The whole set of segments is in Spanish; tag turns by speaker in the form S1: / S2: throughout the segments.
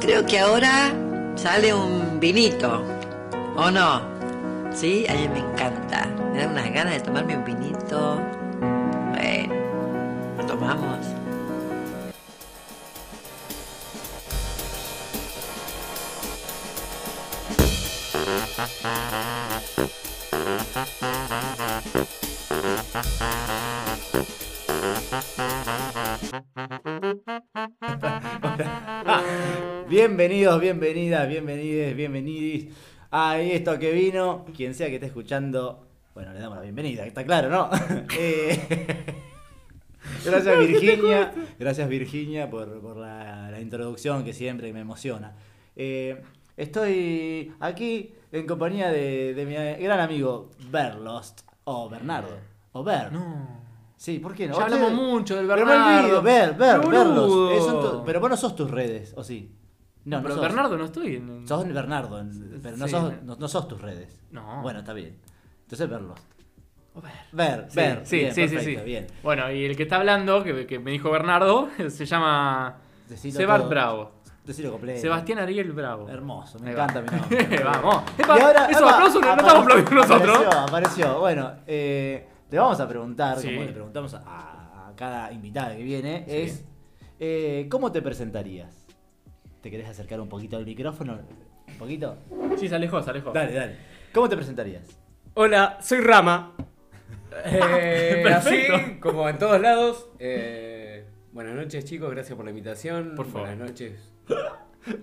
S1: Creo que ahora sale un vinito, ¿o no? Sí, a mí me encanta. Me da unas ganas de tomarme un vinito. Bueno, lo tomamos.
S2: Bienvenidos, bienvenidas, bienvenides, bienvenidis a esto que vino. Quien sea que esté escuchando, bueno, le damos la bienvenida, está claro, ¿no? Eh, gracias Virginia, gracias Virginia por, por la, la introducción que siempre me emociona. Eh, estoy aquí en compañía de, de mi gran amigo Berlost, o Bernardo, o Ber.
S3: Eh, No.
S2: Sí, ¿por qué no?
S3: Ya hablamos
S2: Ustedes-
S3: mucho del
S2: Pero me olvido,
S3: Bernardo.
S2: Ber, Ber,
S3: Pero boludo.
S2: Berlos. Eh, son tu- pero vos no sos tus redes, ¿o sí? No,
S3: pero
S2: no sos.
S3: Bernardo no estoy. en-
S2: Sos Bernardo, en- pero no,
S3: Sí,
S2: sos,
S3: no.
S2: no, no sos tus redes.
S3: No.
S2: Bueno, está bien. Entonces verlos.
S3: A Oh, ver.
S2: Ver,
S3: Sí,
S2: ver.
S3: sí,
S2: bien,
S3: sí, sí,
S2: perfecto,
S3: sí.
S2: Bien.
S3: Bueno, y el que está hablando, que, que me dijo Bernardo, se llama
S2: Decilo
S3: Sebart
S2: todo.
S3: Bravo.
S2: Decilo completo.
S3: Sebastián Ariel Bravo.
S2: Hermoso, me
S3: Ahí
S2: encanta mi nombre.
S3: Vamos.
S2: Y ahora,
S3: Esos
S2: epa,
S3: aplausos no no
S2: apare-
S3: estamos aplaudiendo nosotros.
S2: Apareció, apareció. Bueno, eh, te vamos a preguntar,
S3: Sí.
S2: como le preguntamos a, a cada invitada que viene, es eh, ¿cómo te presentarías? ¿Te querés acercar un poquito al micrófono? ¿Un poquito?
S3: Sí, se alejó, se alejó.
S2: Dale, dale. ¿Cómo te presentarías?
S4: Hola, soy Rama.
S2: Ah,
S4: Eh, así
S3: Perfecto.
S4: como en todos lados. eh, buenas noches, chicos. Gracias por la invitación.
S3: Por favor.
S4: Buenas noches,
S3: Buenas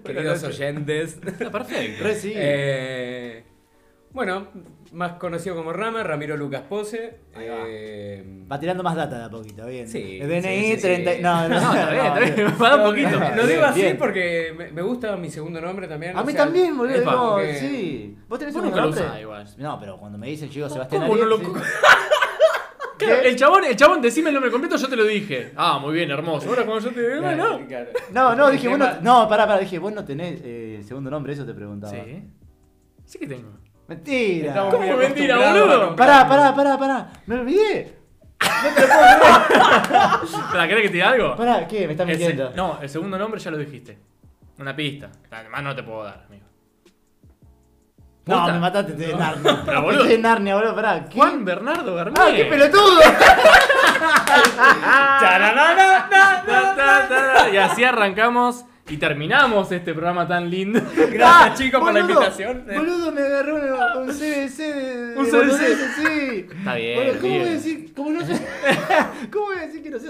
S4: queridos
S3: noches.
S4: oyentes.
S3: Está perfecto.
S2: Re sí.
S4: Eh, bueno, más conocido como Rama, Ramiro Lucas Pose.
S2: Ahí va.
S4: eh,
S2: Va tirando más data de a poquito, bien.
S4: Sí,
S2: El DNI
S4: sí, sí,
S2: 30.
S4: sí.
S2: No, no,
S3: No, está bien, está bien.
S2: no,
S3: Me da un
S4: no,
S3: poquito.
S4: Lo digo
S2: Bien,
S4: así
S2: bien.
S4: porque me, me gusta mi segundo nombre también.
S2: A
S4: o
S2: mí
S4: sea,
S2: también, boludo.
S3: epa,
S2: digo,
S4: porque-
S2: sí. ¿Vos tenés
S3: Vos
S2: un
S3: nunca lo
S2: nombre?
S3: usás igual.
S2: No, pero cuando me dicen chico Sebastián
S3: ¿Cómo
S2: Ariel.
S3: no lo
S2: sí.
S3: cu- Claro, el chabón, el chabón, decime el nombre completo, yo te lo dije. Ah, muy bien, hermoso. Ahora cuando yo te digo,
S4: Claro,
S3: bueno.
S4: claro.
S2: No, no,
S4: El
S2: dije, vos
S4: tema-
S2: no. No, pará, pará, dije, vos no tenés eh, segundo nombre, eso te preguntaba.
S3: Sí. Sí que tengo.
S2: Mentira.
S4: Estamos
S3: ¿Cómo
S4: muy
S3: mentira,
S4: acostumbrados a
S3: boludo?
S4: nombrar-
S2: Pará, pará, pará, pará. Me olvidé.
S3: Pará, ¿Querés que te diga algo?
S2: Pará, ¿qué? Me estás
S3: El se-
S2: mintiendo.
S3: no, el segundo nombre ya lo dijiste. Una pista. Además no te puedo dar, amigo.
S2: No,
S3: puta.
S2: me mataste, te de Narnia.
S3: Pero, boludo.
S2: Te de Narnia, boludo, pará. ¿Qué?
S3: Juan Bernardo Garmé.
S2: ¡Ah, qué pelotudo!
S3: Ah, Ta, ta, ta, ta. Y así arrancamos y terminamos este programa tan lindo.
S4: Gracias, chicos, por la
S2: Boludo,
S4: invitación.
S2: Boludo, me agarró una- un CBC de.
S3: Un
S2: de
S3: CBC.
S2: boludeces, sí.
S3: Está bien,
S2: Boludo, ¿cómo voy a
S3: bien.
S2: decir.? ¿Cómo no sé? ¿Cómo voy a decir que no sé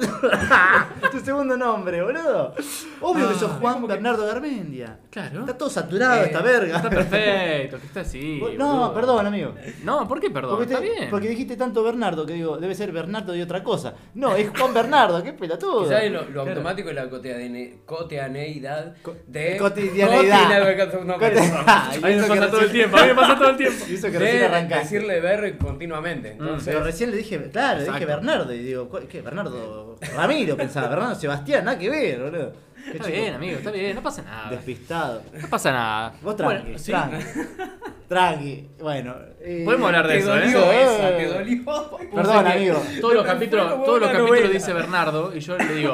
S2: tu segundo nombre, boludo? Obvio que sos Juan Bernardo Garmendia.
S3: Claro.
S2: Está todo saturado
S4: Eh,
S2: esta verga.
S3: Está perfecto, que está así.
S2: Bo- No,
S3: boludo.
S2: perdón, amigo.
S3: No, ¿por qué perdón?
S2: Porque,
S3: Está
S2: te-
S3: bien.
S2: porque dijiste tanto Bernardo que digo, debe ser Bernardo de otra cosa. No, es Juan Bernardo, qué pelotudo.
S4: ¿Sabes lo, lo automático y la cotidiane- cotidianeidad de.
S2: Cotidianeidad.
S4: Cotidianeidad, no,
S2: Cote-
S4: perdón.
S2: Ah, y
S3: A mí me
S2: eso que
S3: pasa todo el
S2: recién-
S3: tiempo, a mí me pasa todo el tiempo.
S2: y eso que recién
S4: de
S2: arrancaste.
S4: decirle Berry continuamente. Entonces,
S2: Pero recién le dije, claro, le dije
S3: Exacto.
S2: Bernardo. Y digo, ¿cuál- ¿qué? Bernardo Ramiro pensaba, Bernardo Sebastián, nada que ver, boludo. Qué
S3: Está
S2: chico
S3: bien, amigo, está bien, no pasa nada.
S2: Despistado.
S3: No pasa nada.
S2: Vos tranqui,
S3: Bueno, sí.
S2: tranqui. Tranqui. Bueno. eh,
S3: Podemos hablar de
S4: te
S3: eso,
S4: dolió
S2: ¿eh?
S4: esa, te dolió.
S2: Perdón,
S4: Puse que-
S2: amigo.
S3: Todos los
S4: Pero
S3: capítulos,
S4: fue como
S3: todos los
S4: una
S3: capítulos
S4: novela.
S3: dice Bernardo y yo le digo,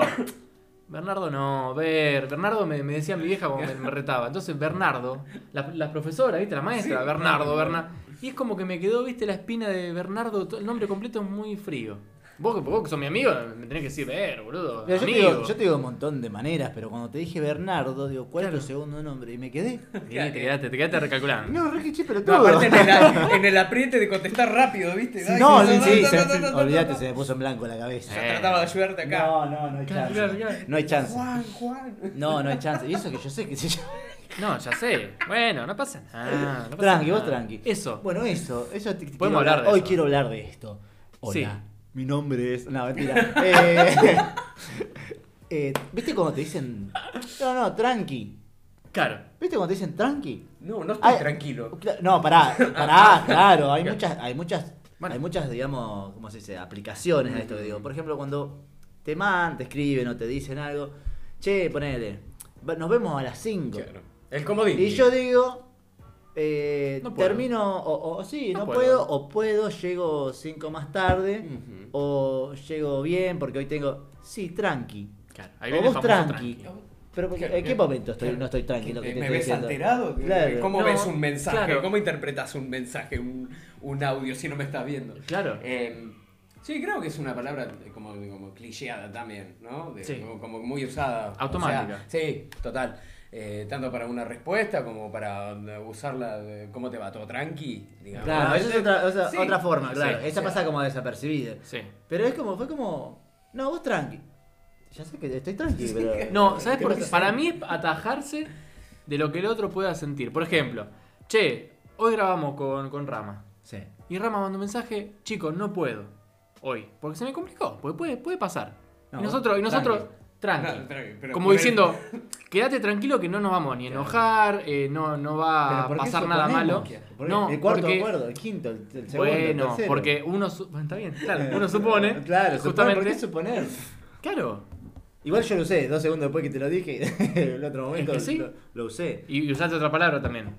S3: Bernardo no, Ber, Bernardo me, me decía mi vieja cuando me, me retaba. Entonces Bernardo, la, la profesora, ¿viste? La maestra, Bernardo, Bernardo. Y es como que me quedó, ¿viste? La espina de Bernardo, to- el nombre completo es muy frío. Vos que vos que sos mi amigo, me tenés que decir Ber, boludo.
S2: Mira, yo, te
S3: amigo.
S2: digo, yo te digo un montón de maneras, pero cuando te dije Bernardo, digo, ¿cuál es
S3: Claro.
S2: tu segundo nombre? Y me quedé.
S3: Y te quedaste, te quedaste recalculando.
S2: No, re que che, pero
S4: No,
S2: todo.
S4: aparte en el, en el apriete de contestar rápido, ¿viste? Ay,
S2: No,
S4: no,
S2: sí,
S4: no,
S2: sí,
S4: no,
S2: se-
S4: no, no, no, no,
S2: olvídate,
S4: no.
S2: se me puso en blanco la cabeza.
S4: Yo trataba de ayudarte acá.
S2: No, no, no hay
S3: Claro, claro, claro.
S2: chance. No hay chance.
S4: Juan, Juan.
S2: No, no hay chance. Y eso que yo sé que se llama.
S3: No, ya sé. Bueno, no pasa nada. no pasa
S2: Tranqui, vos
S3: nada.
S2: tranqui.
S3: Eso.
S2: Bueno, eso, eso te- te quiero
S3: Podemos hablar de
S2: Hoy
S3: eso.
S2: quiero hablar de esto. Hola.
S3: Sí.
S2: Mi nombre es. No, mentira. Eh, eh, ¿Viste cuando te dicen. No, no, tranqui.
S3: Claro.
S2: ¿Viste cuando te dicen tranqui?
S4: No, no estoy
S2: Ay.
S4: tranquilo.
S2: No, pará, pará, claro. Hay muchas, hay muchas.
S3: Bueno.
S2: Hay muchas, digamos, ¿cómo se dice? Aplicaciones a esto que digo. Por ejemplo, cuando te mandan, te escriben o te dicen algo. Che, ponele. va- Nos vemos a las 5.
S4: Claro. El comodín.
S2: Y yo digo, eh,
S3: No puedo.
S2: termino, o, o sí, no,
S3: No
S2: puedo.
S3: puedo.
S2: o puedo, llego 5 más tarde,
S4: Ujú.
S2: o llego bien porque hoy tengo, sí, tranqui.
S3: Claro, ahí
S2: O
S3: viene el
S2: vos
S3: famoso
S2: tranqui.
S3: tranqui.
S2: Pero porque- ¿en qué momento estoy, no estoy tranquilo? Que
S4: ¿Me
S2: te
S4: me
S2: estoy
S4: ves
S2: diciendo?
S4: alterado?
S2: Claro.
S4: ¿Cómo
S3: No,
S4: ves un mensaje?
S3: claro.
S4: ¿Cómo interpretas un mensaje, un, un audio, si no me estás viendo?
S3: Claro.
S4: Eh, sí, creo que es una palabra eh, como, como clicheada también, ¿no? De-
S3: Sí.
S4: como, como muy usada.
S3: Automática.
S4: O sea, sí, total. Eh, tanto para una respuesta como para eh, usarla, de, ¿cómo te va? ¿Todo tranqui? Digamos.
S2: Claro, eso es otra, o sea,
S4: Sí.
S2: otra forma, claro.
S4: Sí,
S2: Esa
S4: sí.
S2: pasa como desapercibida.
S3: Sí.
S2: Pero es como, fue como. No, vos tranqui. Ya sé que estoy tranqui, pero.
S3: No, ¿sabes
S2: ¿Qué
S3: por qué?
S2: pasa?
S3: Para mí es atajarse de lo que el otro pueda sentir. Por ejemplo, che, hoy grabamos con, con Rama.
S2: Sí.
S3: Y Rama mandó un mensaje, chicos, no puedo. Hoy. Porque se me complicó. Porque puede, puede pasar.
S2: No,
S3: y nosotros, y nosotros tranqui.
S4: Claro, tranqui, pero-
S3: Como
S4: pero-
S3: diciendo, quédate tranquilo que no nos vamos ni a enojar, eh, no, no va
S2: Pero
S3: a
S2: ¿por qué
S3: pasar
S2: eso
S3: nada malo.
S2: ponemos? ¿Por qué?
S3: No,
S2: el cuarto
S3: porque-
S2: acuerdo, el quinto, el, el segundo. el
S3: Bueno,
S2: tercero.
S3: porque uno, su- está bien, claro, uno supone,
S2: Claro, supone, ¿por
S3: justamente,
S2: qué suponer?
S3: claro,
S2: Igual yo lo usé, dos segundos después que te lo dije, en el otro momento
S3: que sí.
S2: lo, lo usé.
S3: y, y usaste otra palabra también.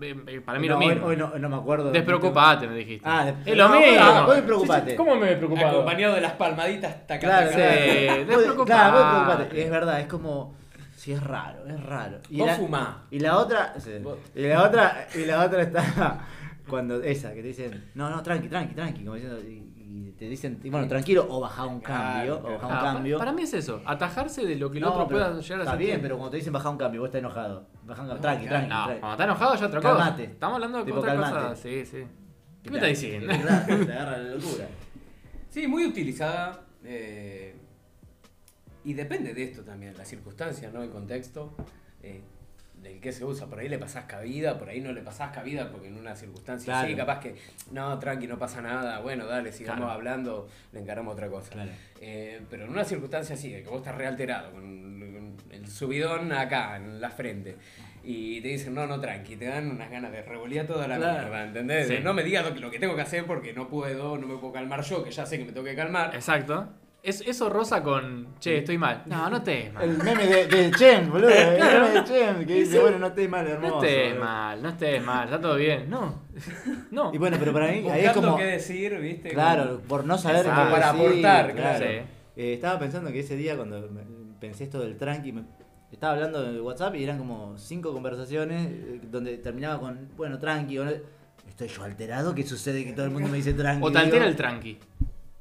S3: Eh, eh, Para mí
S2: no,
S3: lo
S2: hoy-
S3: mismo.
S2: Hoy no, no me acuerdo.
S3: Despreocupate, me dijiste.
S2: Ah, des-
S3: es lo
S2: no,
S3: mismo.
S2: no, vos despreocupate.
S3: ¿Cómo me he preocupado?
S4: Acompañado de las palmaditas taca,
S2: Claro,
S4: taca,
S3: Sí,
S2: claro.
S4: taca.
S2: Vos-
S3: despreocupate.
S2: Claro, vos despreocupate. Es verdad, es como. Sí, es raro, es raro. Y
S4: Vos
S2: la-
S4: fumá.
S2: Y la otra. sí.
S4: Vos-
S2: Y la otra. Y la otra está. Cuando esa, que te dicen, no, no, tranqui, tranqui, tranqui, como diciendo, y, y te dicen, y bueno, tranquilo, o baja un cambio,
S4: Claro,
S2: o baja
S3: Ah,
S2: un
S3: pa-
S2: cambio.
S3: Para mí es eso, atajarse de lo que el
S2: No,
S3: otro
S2: pero
S3: pueda llegar a
S2: Está
S3: sentir.
S2: bien, pero cuando te dicen baja un cambio, vos estás enojado. Baja un cambio, tranqui,
S4: claro,
S2: tranqui,
S3: No,
S2: tranqui.
S3: cuando está enojado ya otra cosa.
S2: Calmate.
S3: Estamos hablando de
S2: Tipo,
S3: otra cosa.
S2: calmate.
S3: Sí, sí. ¿Qué me estás diciendo?
S2: Te agarra- Te agarra la locura.
S4: Sí, muy utilizada. eh, y depende de esto también, las circunstancias, ¿no? El contexto. eh, del que se usa, por ahí le pasás cabida, por ahí no le pasás cabida, porque en una circunstancia
S2: Claro.
S4: sí, capaz que, no, tranqui, no pasa nada, bueno, dale, sigamos
S3: Claro.
S4: hablando, le encaramos otra cosa.
S2: Claro.
S4: Eh, pero en una circunstancia así, de que vos estás realterado, con, con el subidón acá, en la frente, y te dicen, no, no, tranqui, te dan unas ganas de revolear toda la
S2: Claro.
S4: mierda, ¿entendés?
S3: Sí.
S4: No me digas lo que- lo que tengo que hacer porque no puedo, no me puedo calmar yo, que ya sé que me tengo que calmar.
S3: Exacto. Es, eso rosa con, che, estoy mal. No, no te es mal.
S2: El meme de, de Chen, boludo. El meme de Chen, que dice, bueno, no estés mal, hermoso.
S3: No estés
S2: boludo.
S3: mal, no estés mal, está todo bien. No, no.
S2: Y bueno, pero para mí ahí es
S4: Buscando
S2: como.
S4: qué decir, ¿viste?
S2: Claro, por no saber
S4: Exacto,
S2: qué
S4: Este, para
S2: decir,
S4: aportar,
S3: claro.
S2: Eh, estaba pensando que ese día cuando me- pensé esto del tranqui, me- estaba hablando de WhatsApp y eran como cinco conversaciones eh, donde terminaba con, bueno, tranqui. o no- Estoy yo alterado, ¿qué sucede que todo el mundo me dice tranqui?
S3: o te altera
S2: Digo,
S3: el tranqui.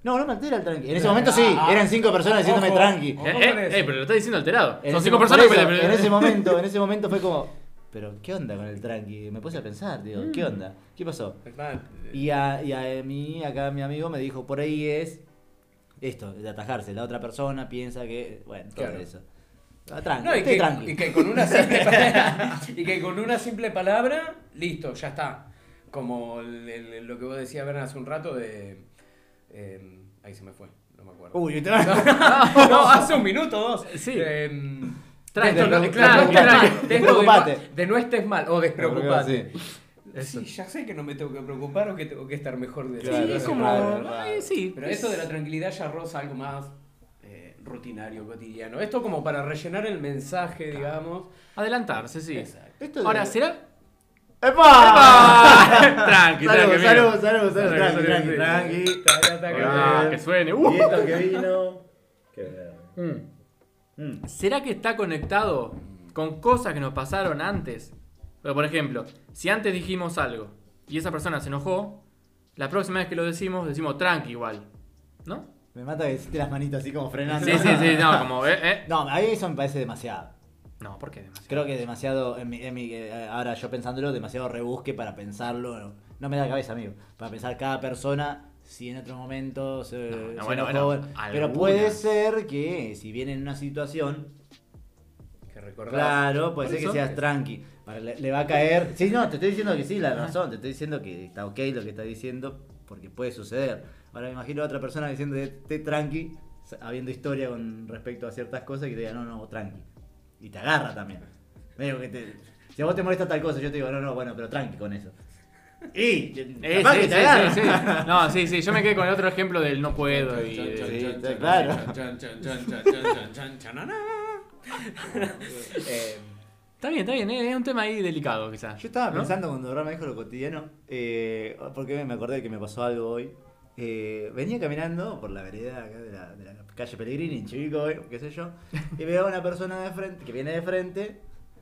S2: No, no me altera el tranqui. En ese momento sí, eran cinco personas diciéndome
S4: Ah, Ojo.
S2: tranqui.
S4: Ojo
S3: Eh,
S4: con
S3: eh,
S4: eso.
S3: eh, pero lo estás diciendo alterado.
S2: En
S3: Son
S2: ese
S3: cinco
S2: mo-
S3: personas
S2: por
S3: que
S2: eso,
S3: le-
S2: En ese momento, en ese momento fue como, pero ¿qué onda con el tranqui? Me puse a pensar, digo,
S3: Mm.
S2: ¿qué onda? ¿Qué pasó? Y a, y a mí, acá mi amigo me dijo, por ahí es esto, de atajarse. La otra persona piensa que, bueno, todo
S4: Claro.
S2: eso. Ah, Tranqui,
S4: No, y,
S2: estoy
S4: que,
S2: tranqui.
S4: y que con una simple palabra, y que con una simple palabra, listo, ya está. Como el- el- lo que vos decías, Bernard, hace un rato de... eh, ahí se me fue, no me acuerdo.
S2: Uy, Eh, te-
S4: no, hace un minuto o dos.
S3: Sí.
S4: Em,
S3: Tranqui,
S4: de esto no-
S3: tranqui,
S4: claro,
S3: tranqui,
S4: claro,
S3: tranqui.
S4: de esto de no-
S2: Preocupate.
S4: De no estés mal o despreocupate.
S2: Sí.
S3: Eso.
S4: Sí, ya sé que no me tengo que preocupar o que tengo que estar mejor de
S2: Claro,
S3: sí, es
S2: es
S3: como.
S2: raro, es raro.
S3: ay, sí.
S4: Pero eso de la tranquilidad ya roza algo más eh, rutinario, cotidiano. Esto como para rellenar el mensaje, digamos.
S3: Adelantarse, sí.
S4: Exacto.
S2: Esto de-
S3: Ahora, ¿será? Ah,
S2: ¡Epa!
S3: tranqui,
S2: Salud,
S3: tranqui. mira.
S2: salud, salud, salud,
S3: Tranqui,
S2: tranqui, tranqui,
S3: tranqui.
S2: tranqui.
S4: Taca, taca.
S3: Ah, que suene.
S2: Y
S3: Uh.
S2: esto que vino. Qué
S3: Mm.
S2: Mm.
S3: ¿Será que está conectado con cosas que nos pasaron antes? Pero, por ejemplo, si antes dijimos algo y esa persona se enojó, la próxima vez que lo decimos, decimos tranqui igual. ¿No?
S2: Me mata que hiciste las manitos así como frenando.
S3: Sí, sí, sí, no, como, eh, eh.
S2: No, a mí eso me parece demasiado.
S3: No, ¿por qué demasiado?
S2: Creo que es demasiado, en mi- en mi- eh, ahora yo pensándolo, demasiado rebusque para pensarlo. No me da la cabeza, amigo. Para pensar cada persona, si en otros momentos. eh,
S3: No, no,
S2: se
S3: bueno,
S2: enojó.
S3: bueno,
S2: Pero
S3: algunas.
S2: puede ser que si viene en una situación,
S4: Que recordás.
S2: claro, puede
S3: Por
S2: ser que
S3: eso.
S2: seas tranqui. Para- Le, le va a caer. Sí, no, te estoy diciendo que sí, la razón. Te estoy diciendo que está ok lo que está diciendo, porque puede suceder. Ahora me imagino a otra persona diciendo, esté tranqui, sa- habiendo historia con respecto a ciertas cosas, y que te diga, no, no, tranqui. Y te agarra también. Medio que te- Si a vos te molesta tal cosa, yo te digo, no, no, bueno, pero tranqui con eso. Y,
S3: Eh,
S2: capaz
S3: sí,
S2: que te
S3: sí,
S2: agarra.
S3: sí, sí. No, sí, sí, yo me quedé con el otro ejemplo del no puedo y...
S4: Chan, chan,
S3: de-
S2: Sí,
S4: chan,
S2: está
S4: chan,
S2: claro.
S4: chan, chan, chan, chan, chan, chan, chan, chanana. Eh,
S3: Está bien, está bien, eh, es un tema ahí delicado quizás.
S2: Yo estaba
S3: ¿no?
S2: pensando cuando Rama dijo lo cotidiano, eh, porque me acordé que me pasó algo hoy, eh, venía caminando por la vereda acá de la, de la calle Pellegrini, en Chivico, eh, qué sé yo, y veo a una persona de frente, que viene de frente,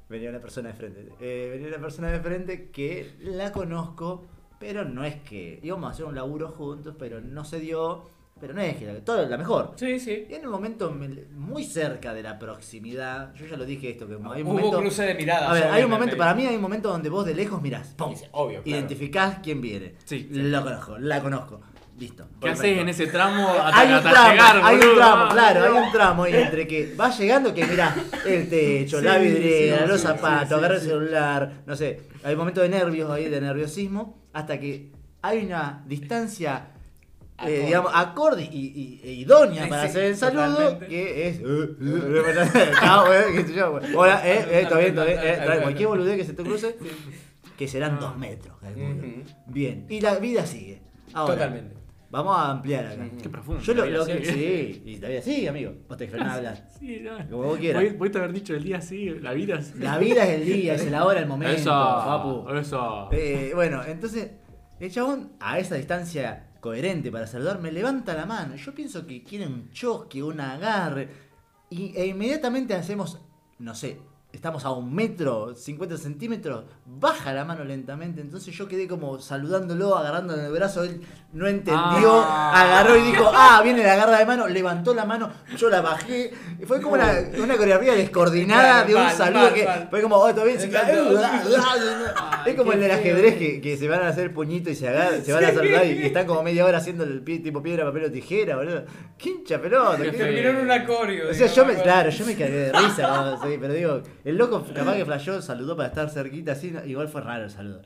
S2: venía una persona de frente, eh, venía una persona de frente que la conozco, pero no es que íbamos a hacer un laburo juntos, pero no se dio, pero no es que la, todo la mejor.
S4: Sí, sí.
S2: Y en un momento me- muy cerca de la proximidad, yo ya lo dije esto, que hay un
S4: Hubo
S2: momento...
S4: cruce de miradas.
S2: A ver, hay un
S4: obviamente.
S2: momento, para mí hay un momento donde vos de lejos mirás, ¡pum!
S4: Sí, obvio, claro.
S2: identificás quién viene.
S3: Sí, sí.
S2: La conozco, la conozco. Listo.
S3: ¿Qué haces en ese tramo hasta,
S2: Hay un
S3: hasta
S2: tramo,
S3: llegar,
S2: hay un
S3: boludo?
S2: tramo,
S3: Ah,
S2: claro,
S3: no.
S2: hay un tramo y entre que vas llegando que mirás el techo,
S3: Sí,
S2: la vidriera,
S3: sí,
S2: los
S3: sí,
S2: zapatos,
S3: sí,
S2: agarrar
S3: sí.
S2: el celular, no sé, hay momentos de nervios ahí, de nerviosismo, hasta que hay una distancia, eh,
S4: Acorde.
S2: digamos, acorde y, y- e idónea
S4: Sí,
S2: para
S4: sí,
S2: hacer el saludo,
S4: totalmente.
S2: que es... Chao, eh, qué sé yo, bueno. Hola, eh, eh, todo bien, todo bien, eh, trae cualquier boludez que se te cruce, que serán
S3: Ah.
S2: dos metros. calculo.
S4: Ujú.
S2: Bien, y la vida sigue. Ahora,
S4: Totalmente.
S2: Vamos a ampliar acá.
S4: Qué
S3: profundo,
S2: Yo lo,
S3: la vida
S2: lo que.
S3: sigue.
S2: Sí, y la vida sigue, amigo. Vos te frenás a hablar.
S3: Sí, no.
S2: Como vos quieras.
S3: Voy- Voy a haber dicho el día así, la vida así.
S2: La vida es el día, es la hora, el momento, papu.
S3: Eso, eso.
S2: Eh, bueno, entonces, el chabón, a esa distancia coherente para saludarme, levanta la mano. Yo pienso que quiere un choque, un agarre. Y, e inmediatamente hacemos, no sé, estamos a un metro, 50 centímetros, baja la mano lentamente. Entonces yo quedé como saludándolo, agarrándolo en el brazo. Él no entendió,
S3: Ah.
S2: agarró y dijo, ah, viene la agarra de mano, levantó la mano, yo la bajé. Y fue como una, una coreografía descoordinada
S4: Claro,
S2: de un
S4: mal,
S2: saludo
S4: mal,
S2: que
S4: mal.
S2: fue como, oh, todo bien, Sí,
S4: Exacto.
S2: claro.
S3: Ay,
S2: Es como
S3: qué
S2: el del
S3: feo,
S2: ajedrez
S3: eh.
S2: que, que se van a hacer puñito y se, agar- se van a saludar y, y están como media hora haciendo el pie- tipo piedra, papel o tijera, boludo. ¡Qué hincha pelota!
S3: Qué
S2: qué-
S3: feo.
S4: Terminaron un acorio.
S2: O sea,
S4: digamos,
S2: yo me,
S4: algo
S2: claro, yo me cagué de risa, ¿no? Sí, pero digo, el loco capaz que flashó, saludó para estar cerquita, así, no- igual fue raro el saludo.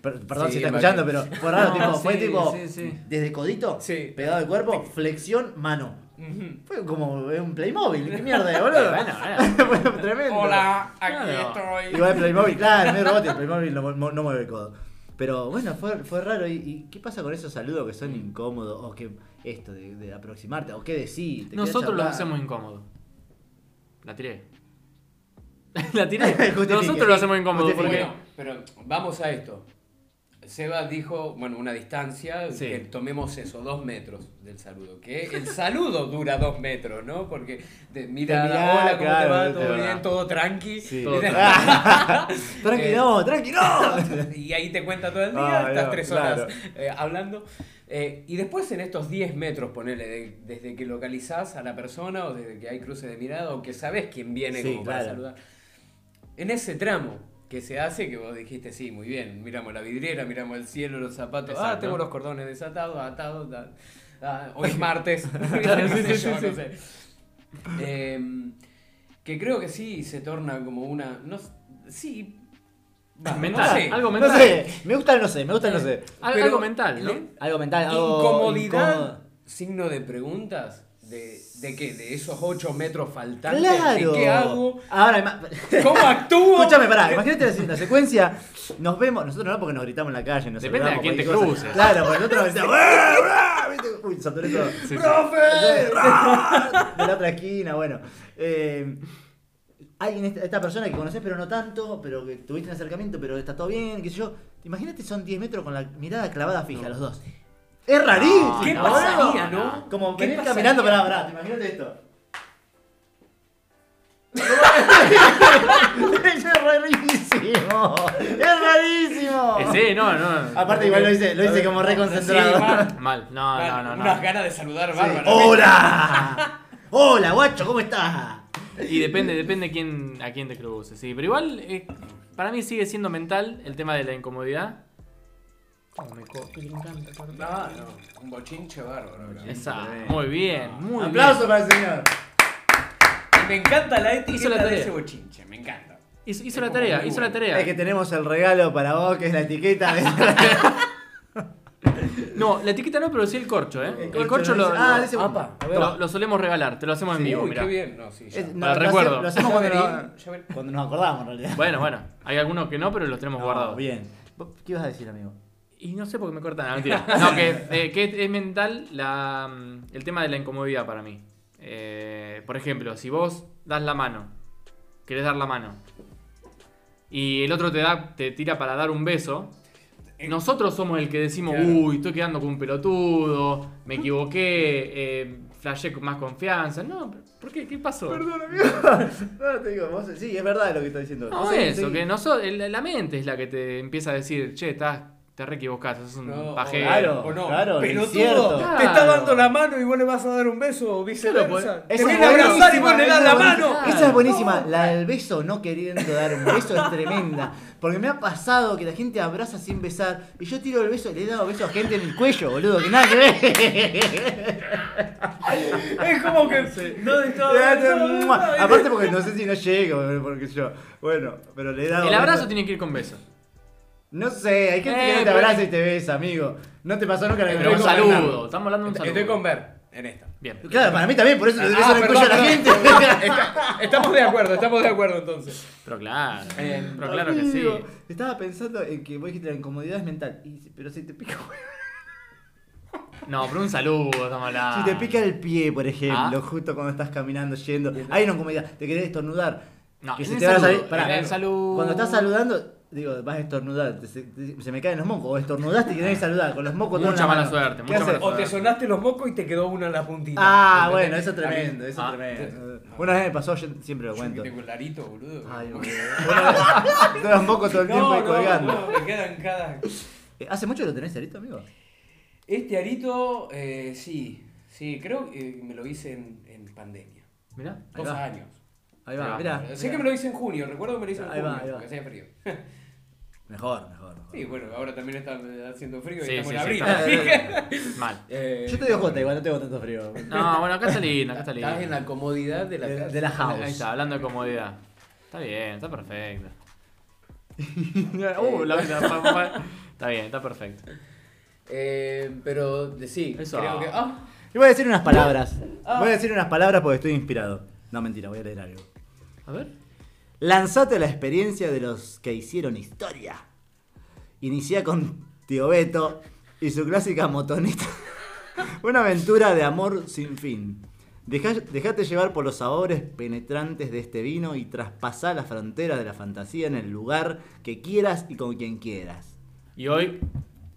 S2: Per- perdón si
S4: Sí,
S2: está
S4: imagino.
S2: escuchando, pero fue raro,
S3: No,
S2: tipo, fue
S3: sí,
S2: tipo,
S3: sí, sí.
S2: desde codito,
S4: Sí.
S2: pegado al cuerpo, flexión, mano.
S4: Ujú.
S2: Fue como eh, un Playmobil, qué mierda, boludo. Fue tremendo.
S4: Hola, aquí
S3: Claro.
S4: estoy.
S2: Igual Playmobil, claro, no hay robot, el Playmobil no, mu- no mueve el codo. Pero bueno, fue, fue raro. ¿Y, y qué pasa con esos saludos que son incómodos? ¿O que esto de, de aproximarte? ¿O qué decir? ¿Te
S3: Nosotros
S2: querés
S3: los
S2: charlar?
S3: hacemos incómodos. La tiré. La tiré.
S2: Justifique.
S3: Nosotros lo hacemos incómodo
S2: Justifique.
S3: porque
S4: Bueno, pero vamos a esto. Seba dijo, bueno, una distancia,
S3: Sí.
S4: que tomemos eso, dos metros del saludo. Que el saludo dura dos metros, ¿no? Porque de, mira,
S2: Te mirá,
S4: hola, ¿cómo
S2: claro,
S4: te va?
S2: es
S4: ¿Todo
S2: verdad.
S4: bien? ¿Todo tranqui?
S2: Sí.
S3: Todo
S2: Tranqui,
S4: Eh,
S2: no, tranqui, no.
S4: y ahí te cuenta todo el
S2: Ah,
S4: día,
S2: no,
S4: estás tres horas
S2: claro.
S4: eh, hablando. Eh, y después en estos 10 metros, ponele, de- desde que localizás a la persona o desde que hay cruce de mirada o que sabes quién viene
S2: Sí,
S4: como para
S2: claro.
S4: saludar. En ese tramo que se hace, que vos dijiste, sí, muy bien, miramos la vidriera, miramos el cielo, los zapatos, ah,
S3: Exacto.
S4: tengo los cordones desatados, atados, da- ah, hoy es martes, No
S3: Claro, sí,
S4: sé
S3: sí,
S4: yo,
S3: sí,
S4: no
S3: sí.
S4: sé. Em, que creo que sí se torna como una, no, s- sí, va,
S3: Mental,
S4: no sé.
S3: algo
S2: No
S3: mental.
S2: sé, me gusta el no sé, me gusta el no sé.
S3: Al-
S4: Pero
S3: algo mental, ¿no?
S4: le-
S2: Algo mental, algo
S4: Incomodidad,
S2: incómodo.
S4: signo de preguntas. ¿De, ¿De qué? ¿De esos 8 metros faltantes?
S2: Claro.
S4: ¿De qué hago?
S2: Ahora, ima-
S4: ¿Cómo actúo?
S2: Escúchame, pará, imagínate la, la secuencia. Nos vemos, nosotros no porque nos gritamos en la calle, nos
S3: Depende de
S2: saludamos,
S3: a quién te
S2: cualquier cosa.
S3: cruces.
S2: Claro, porque nosotros nos decíamos, ¡Eh, brá! ¿Viste? Uy, saturé todo.
S3: sí.
S2: ¡Profe! brá! De la otra esquina, bueno. Eh, hay en esta, esta persona que conoces, pero no tanto, pero que tuviste un acercamiento, pero está todo bien, qué sé yo. Imagínate, son 10 metros con la mirada clavada fija, los dos. Es rarísimo.
S4: ¿Qué
S2: boludo.
S4: pasaría, no?
S2: Como
S4: ¿Qué
S2: venir
S4: pasaría?
S2: caminando, pará, pará, imagínate esto. es rarísimo. Es rarísimo.
S3: Eh, sí, no, no.
S2: Aparte igual lo hice, lo hice como
S4: Sí,
S2: reconcentrado.
S4: va.
S3: Mal. No,
S4: Vale,
S3: no, no,
S4: Ah, Unas
S3: no.
S4: ganas de saludar
S2: Sí.
S4: bárbaro.
S2: ¡Hola! ¡Hola, guacho! ¿Cómo estás?
S3: Y depende, depende quién, a quién te cruces. Sí, pero igual eh, para mí sigue siendo mental el tema de la incomodidad. Oh, me co- me encanta, corta.
S4: No, no, un bochinche bárbaro. bro.
S3: Esa, muy bien, muy bien.
S2: Aplauso para el señor.
S4: Y me encanta la etiqueta
S3: Hizo la
S4: de
S3: tarea.
S4: ese bochinche, me encanta.
S3: Hizo, hizo
S4: Es
S3: la
S4: como
S3: tarea,
S4: muy
S3: hizo la
S4: bueno.
S3: tarea.
S2: Es que tenemos el regalo para vos, que es la etiqueta de...
S3: No, la etiqueta no, pero sí el corcho, ¿eh? El corcho, lo,
S2: Ah,
S3: lo-
S2: dice...
S4: Apa.
S2: A ver.
S3: lo, lo solemos regalar, te lo hacemos en
S2: Sí.
S3: vivo,
S4: Uy,
S3: mirá.
S4: qué bien. No, sí, ya.
S2: Es-
S3: Para
S2: lo
S3: recuerdo.
S2: hace- Lo
S4: Ya
S2: hacemos cuando,
S4: veré,
S2: nos-
S4: ya veré.
S2: cuando nos acordamos, en realidad.
S3: Bueno, bueno, hay algunos que no, pero los tenemos
S2: No,
S3: guardados.
S2: Bien. ¿Qué ibas a decir, amigo?
S3: Y no sé por qué me cortan, no, mentira. No, que, eh, que es- es mental la, mm, el tema de la incomodidad para mí. Eh, por ejemplo, si vos das la mano, querés dar la mano, y el otro te, da, te tira para dar un beso,
S4: en-
S3: Nosotros somos el que decimos,
S4: Claro.
S3: uy, estoy quedando con un pelotudo, me equivoqué, eh, flashé con más confianza. No, ¿por qué? ¿Qué pasó?
S2: Perdón, amigo. No, te digo, vos- sí, es verdad lo que está diciendo.
S3: No,
S2: Sí,
S3: eso,
S2: sí.
S3: que nosotros, el- la mente es la que te empieza a decir, che, estás, te re equivocás, sos un
S2: Mm,
S4: No,
S3: pajero.
S2: claro.
S4: o no.
S2: claro,
S4: Pelotudo,
S2: es cierto.
S3: Claro.
S4: te está dando la mano y vos le vas a dar un beso o viceversa.
S3: Claro, pues,
S4: te
S2: Esa
S4: viene a
S2: es
S4: abrazar y vos
S2: buenísima,
S4: le das
S2: esa
S4: la
S2: es
S4: mano.
S2: buenísima. Esa es buenísima. La del beso no queriendo dar un beso es tremenda. Porque me ha pasado que la gente abraza sin besar. Y yo tiro el beso, le he dado beso a gente en el cuello, boludo. Que nada que ver.
S4: Es como que no de todo.
S2: Le das un mua.
S4: Aparte,
S2: Aparte porque no sé si no llego, porque yo. Bueno, pero le he dado.
S3: El abrazo
S2: beso.
S3: tiene que ir con besos.
S2: No sé, hay gente
S3: Eh,
S2: que no te
S3: pero-
S2: abraza y te besa, amigo. No te pasó nunca la que
S3: Pero
S2: me
S3: un
S4: con
S2: besó
S4: Bernardo.
S3: saludo, estamos hablando de un saludo.
S4: estoy con Ver en esta.
S3: Bien.
S2: Claro, para mí también, por eso le beso
S4: Ah,
S2: en el cuello a la
S4: perdón,
S2: gente.
S4: Está- estamos de acuerdo, estamos de acuerdo entonces.
S3: Pero claro,
S4: Eh,
S3: pero claro que sí.
S2: Amigo, Estaba pensando en que vos dijiste la incomodidad es mental. Y- pero si te pica,
S3: No, pero un saludo, estamos hablando.
S2: Si te pica el pie, por ejemplo,
S3: Ah.
S2: justo cuando estás caminando, yendo. Hay una incomodidad, te querés estornudar.
S3: No,
S2: que
S3: es
S2: se
S3: un
S2: te va a
S3: saludo,
S2: salir- pará.
S3: es un saludo.
S2: Cuando estás saludando, digo, vas a estornudar. te- se, te- se me caen los mocos. O estornudaste y querés saludar con los mocos todos en
S3: Mucha
S2: la
S3: mala
S2: mano.
S3: suerte,
S2: ¿Qué
S3: mucha
S2: haces?
S3: mala
S4: O te sonaste los mocos y te quedó una en la puntita.
S2: Ah,
S4: ¿Entendés?
S2: bueno, eso es
S4: A mí-
S2: tremendo, eso es
S3: Ah.
S2: tremendo. Una vez me pasó, yo siempre lo
S4: Yo que
S2: cuento.
S4: tengo el larito, boludo.
S2: Ay, boludo. Una vez- Todos los mocos todo el tiempo ahí colgando.
S4: no, me quedan cada.
S2: Eh, ¿Hace mucho que lo tenés ahorita, amigo?
S4: Este arito, eh, sí, sí, creo que me lo hice en, en pandemia.
S3: Mirá.
S2: Ahí
S4: Dos
S2: va.
S4: años.
S2: Ahí va,
S3: Ah,
S2: mirá.
S4: Sé que me lo hice en junio, recuerdo que me lo hice en
S2: Ahí va,
S4: junio,
S2: ahí va.
S4: porque hacía frío.
S2: Mejor, mejor, mejor.
S4: Sí, bueno, ahora también está haciendo frío y
S3: Sí,
S4: estamos
S3: sí,
S4: en
S3: sí,
S4: abril.
S3: está-
S4: así que-
S3: Mal.
S4: Eh,
S2: Yo te digo Jota, igual no tengo tanto frío.
S3: No, bueno, acá está lindo, acá está lindo.
S4: Estás en la comodidad de la
S2: De-
S4: casa.
S2: de la house.
S3: Ahí está, hablando de comodidad. Está bien, está perfecto.
S2: Uh,
S3: Uh, la- la- pa- pa- Está bien, está perfecto.
S4: Eh, pero de- sí,
S3: Eso.
S4: creo que. ah,
S2: Y voy a decir unas palabras.
S4: Ah.
S2: Voy a decir unas palabras porque estoy inspirado. No, mentira, voy a leer algo.
S3: A ver.
S2: Lanzate a la experiencia de los que hicieron historia. Inicia con Tío Beto y su clásica motoneta. Una aventura de amor sin fin. Dejá- dejate llevar por los sabores penetrantes de este vino y traspasá las fronteras de la fantasía en el lugar que quieras y con quien quieras.
S3: Y hoy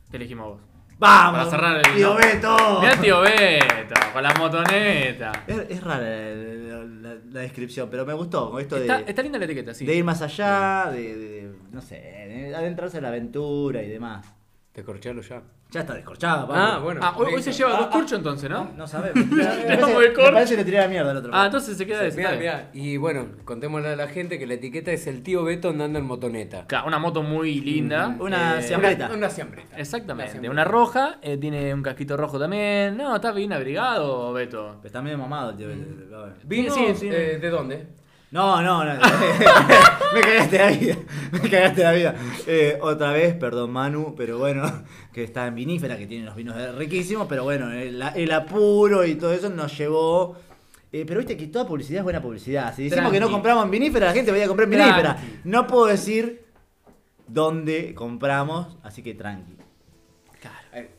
S3: te elegimos a vos.
S2: ¡Vamos!
S3: Para cerrar el-
S2: ¡Tío Beto!
S3: Mirá, tío Beto, con la motoneta.
S2: Es, es rara la, la- la- la descripción, pero me gustó con esto de,
S3: Está, está linda la etiqueta, sí.
S2: de ir más allá, de, de- de, no sé, de adentrarse en la aventura y demás.
S4: Te corchealo ya.
S2: Ya está descorchada, papu.
S4: Ah, bueno.
S3: Ah, hoy, hoy se lleva dos corchos entonces, ¿no?
S2: No sabemos. me,
S3: Estamos de
S2: parece,
S3: corcho.
S2: me parece que le tiré la mierda al otro.
S3: Ah, entonces se queda de
S4: Mirá, mirá. Y bueno, contémosle a la gente que la etiqueta es el tío Beto andando en motoneta.
S3: Claro, una moto muy linda.
S2: Una siambreta.
S4: Una, una siambreta. Una
S3: Exactamente,
S4: siambreta.
S3: una roja, eh, tiene un casquito rojo también. No, está bien abrigado, Beto.
S2: Pero está medio mamado el tío
S3: Mm.
S2: Beto. a ver.
S4: ¿Vino
S3: Sí, sí, sí.
S4: eh, de dónde?
S2: No, no, no. me cagaste la vida. Me cagaste la vida. Eh, otra vez, perdón Manu, pero bueno, que está en vinífera, que tiene los vinos riquísimos, pero bueno, el, el apuro y todo eso nos llevó. eh, pero viste que toda publicidad es buena publicidad. Si decimos que no
S3: Tranqui.
S2: compramos en vinífera, la gente vaya a comprar en vinífera.
S3: Tranqui.
S2: No puedo decir dónde compramos, así que tranqui.
S4: Eh,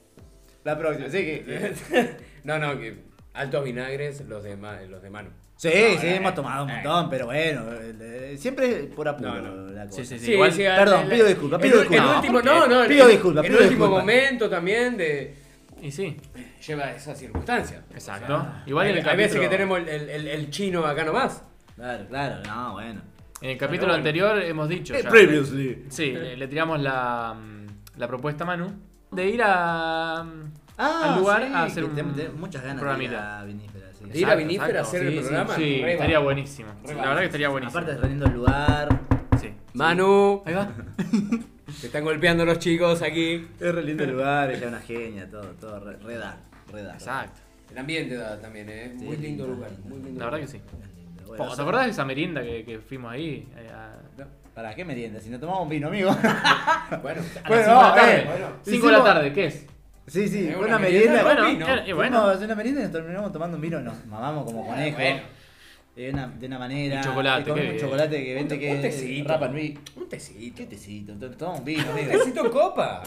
S2: La próxima, sí que.
S4: no, no, que altos vinagres, los de, ma- los de mano.
S2: Sí,
S4: No,
S2: sí,
S4: eh,
S2: hemos tomado un
S4: eh.
S2: montón, pero bueno, eh, siempre es por apuro
S4: No, no.
S2: la cosa.
S3: Sí, sí, sí. igual-
S2: perdón,
S4: al-
S2: pido disculpas, pido
S4: el- el
S2: disculpas.
S4: último-
S3: No,
S4: no, no, el-
S2: pido disculpas,
S4: el
S2: pido
S4: último
S2: disculpas.
S4: momento también de
S3: Y sí,
S4: lleva esas circunstancias.
S3: exacto. Igual
S4: hay,
S3: en el
S4: hay
S3: capítulo,
S4: veces que tenemos el, el- el- el chino acá nomás.
S2: Claro, claro, no, bueno.
S3: en el capítulo
S4: Pero bueno.
S3: anterior hemos dicho.
S4: Eh,
S3: ya,
S2: previously.
S3: Sí, le, le tiramos la, mm, la propuesta a Manu de ir a, mm,
S2: Ah,
S3: al lugar
S2: sí,
S3: a hacer
S2: que
S3: un
S2: tenemos- tenemos muchas ganas de ir
S3: programita.
S2: a Vinífera, sí.
S4: Ir a
S3: Exacto,
S4: Vinífera a
S3: exacto.
S4: hacer el
S3: Sí, sí,
S4: programa,
S3: Sí,
S4: re
S3: estaría
S4: va.
S3: buenísimo.
S4: Re
S3: la
S4: va.
S3: verdad que estaría buenísimo.
S2: Aparte es re lindo el lugar.
S3: sí.
S4: Manu,
S3: Ahí va.
S4: te están golpeando los chicos aquí.
S2: Es re lindo el lugar, ella es una genia, todo, todo, re, re da, re da.
S3: Exacto.
S4: El ambiente da también, ¿eh?
S2: Sí,
S4: muy lindo
S2: lindo,
S4: lugar.
S2: lindo.
S4: Muy lindo
S3: La verdad que sí.
S2: Es lindo, bueno,
S3: Po,
S2: o
S3: ¿Te
S2: sea,
S3: acordás de esa merienda que, que fuimos ahí? Eh, a-
S2: ¿Para qué merienda? Si no tomamos un vino, amigo.
S4: que Bueno,
S3: A
S2: Bueno,
S3: las 5 de la
S2: eh,
S3: tarde.
S4: bueno.
S3: 5 de la
S2: Hicimos-
S3: tarde, ¿qué es?
S2: Sí, sí,
S4: Es
S2: fue
S4: una
S2: una merienda.
S4: merienda,
S2: Bueno,
S3: Bueno,
S4: vino.
S3: claro, y bueno. Ah,
S2: fuimos a hacer una merienda y nos terminamos tomando un vino, nos mamamos como conejos.
S4: bueno.
S2: De, una, de una manera.
S3: Y chocolate,
S2: y comimos
S3: qué
S2: un
S3: bien.
S2: chocolate que vende que
S4: un
S2: es
S4: tecito.
S2: Rapa Nui.
S4: un tecito.
S2: ¿Qué tecito? To- Tomamos un vino,
S4: Un
S2: amigo.
S4: tecito en copa.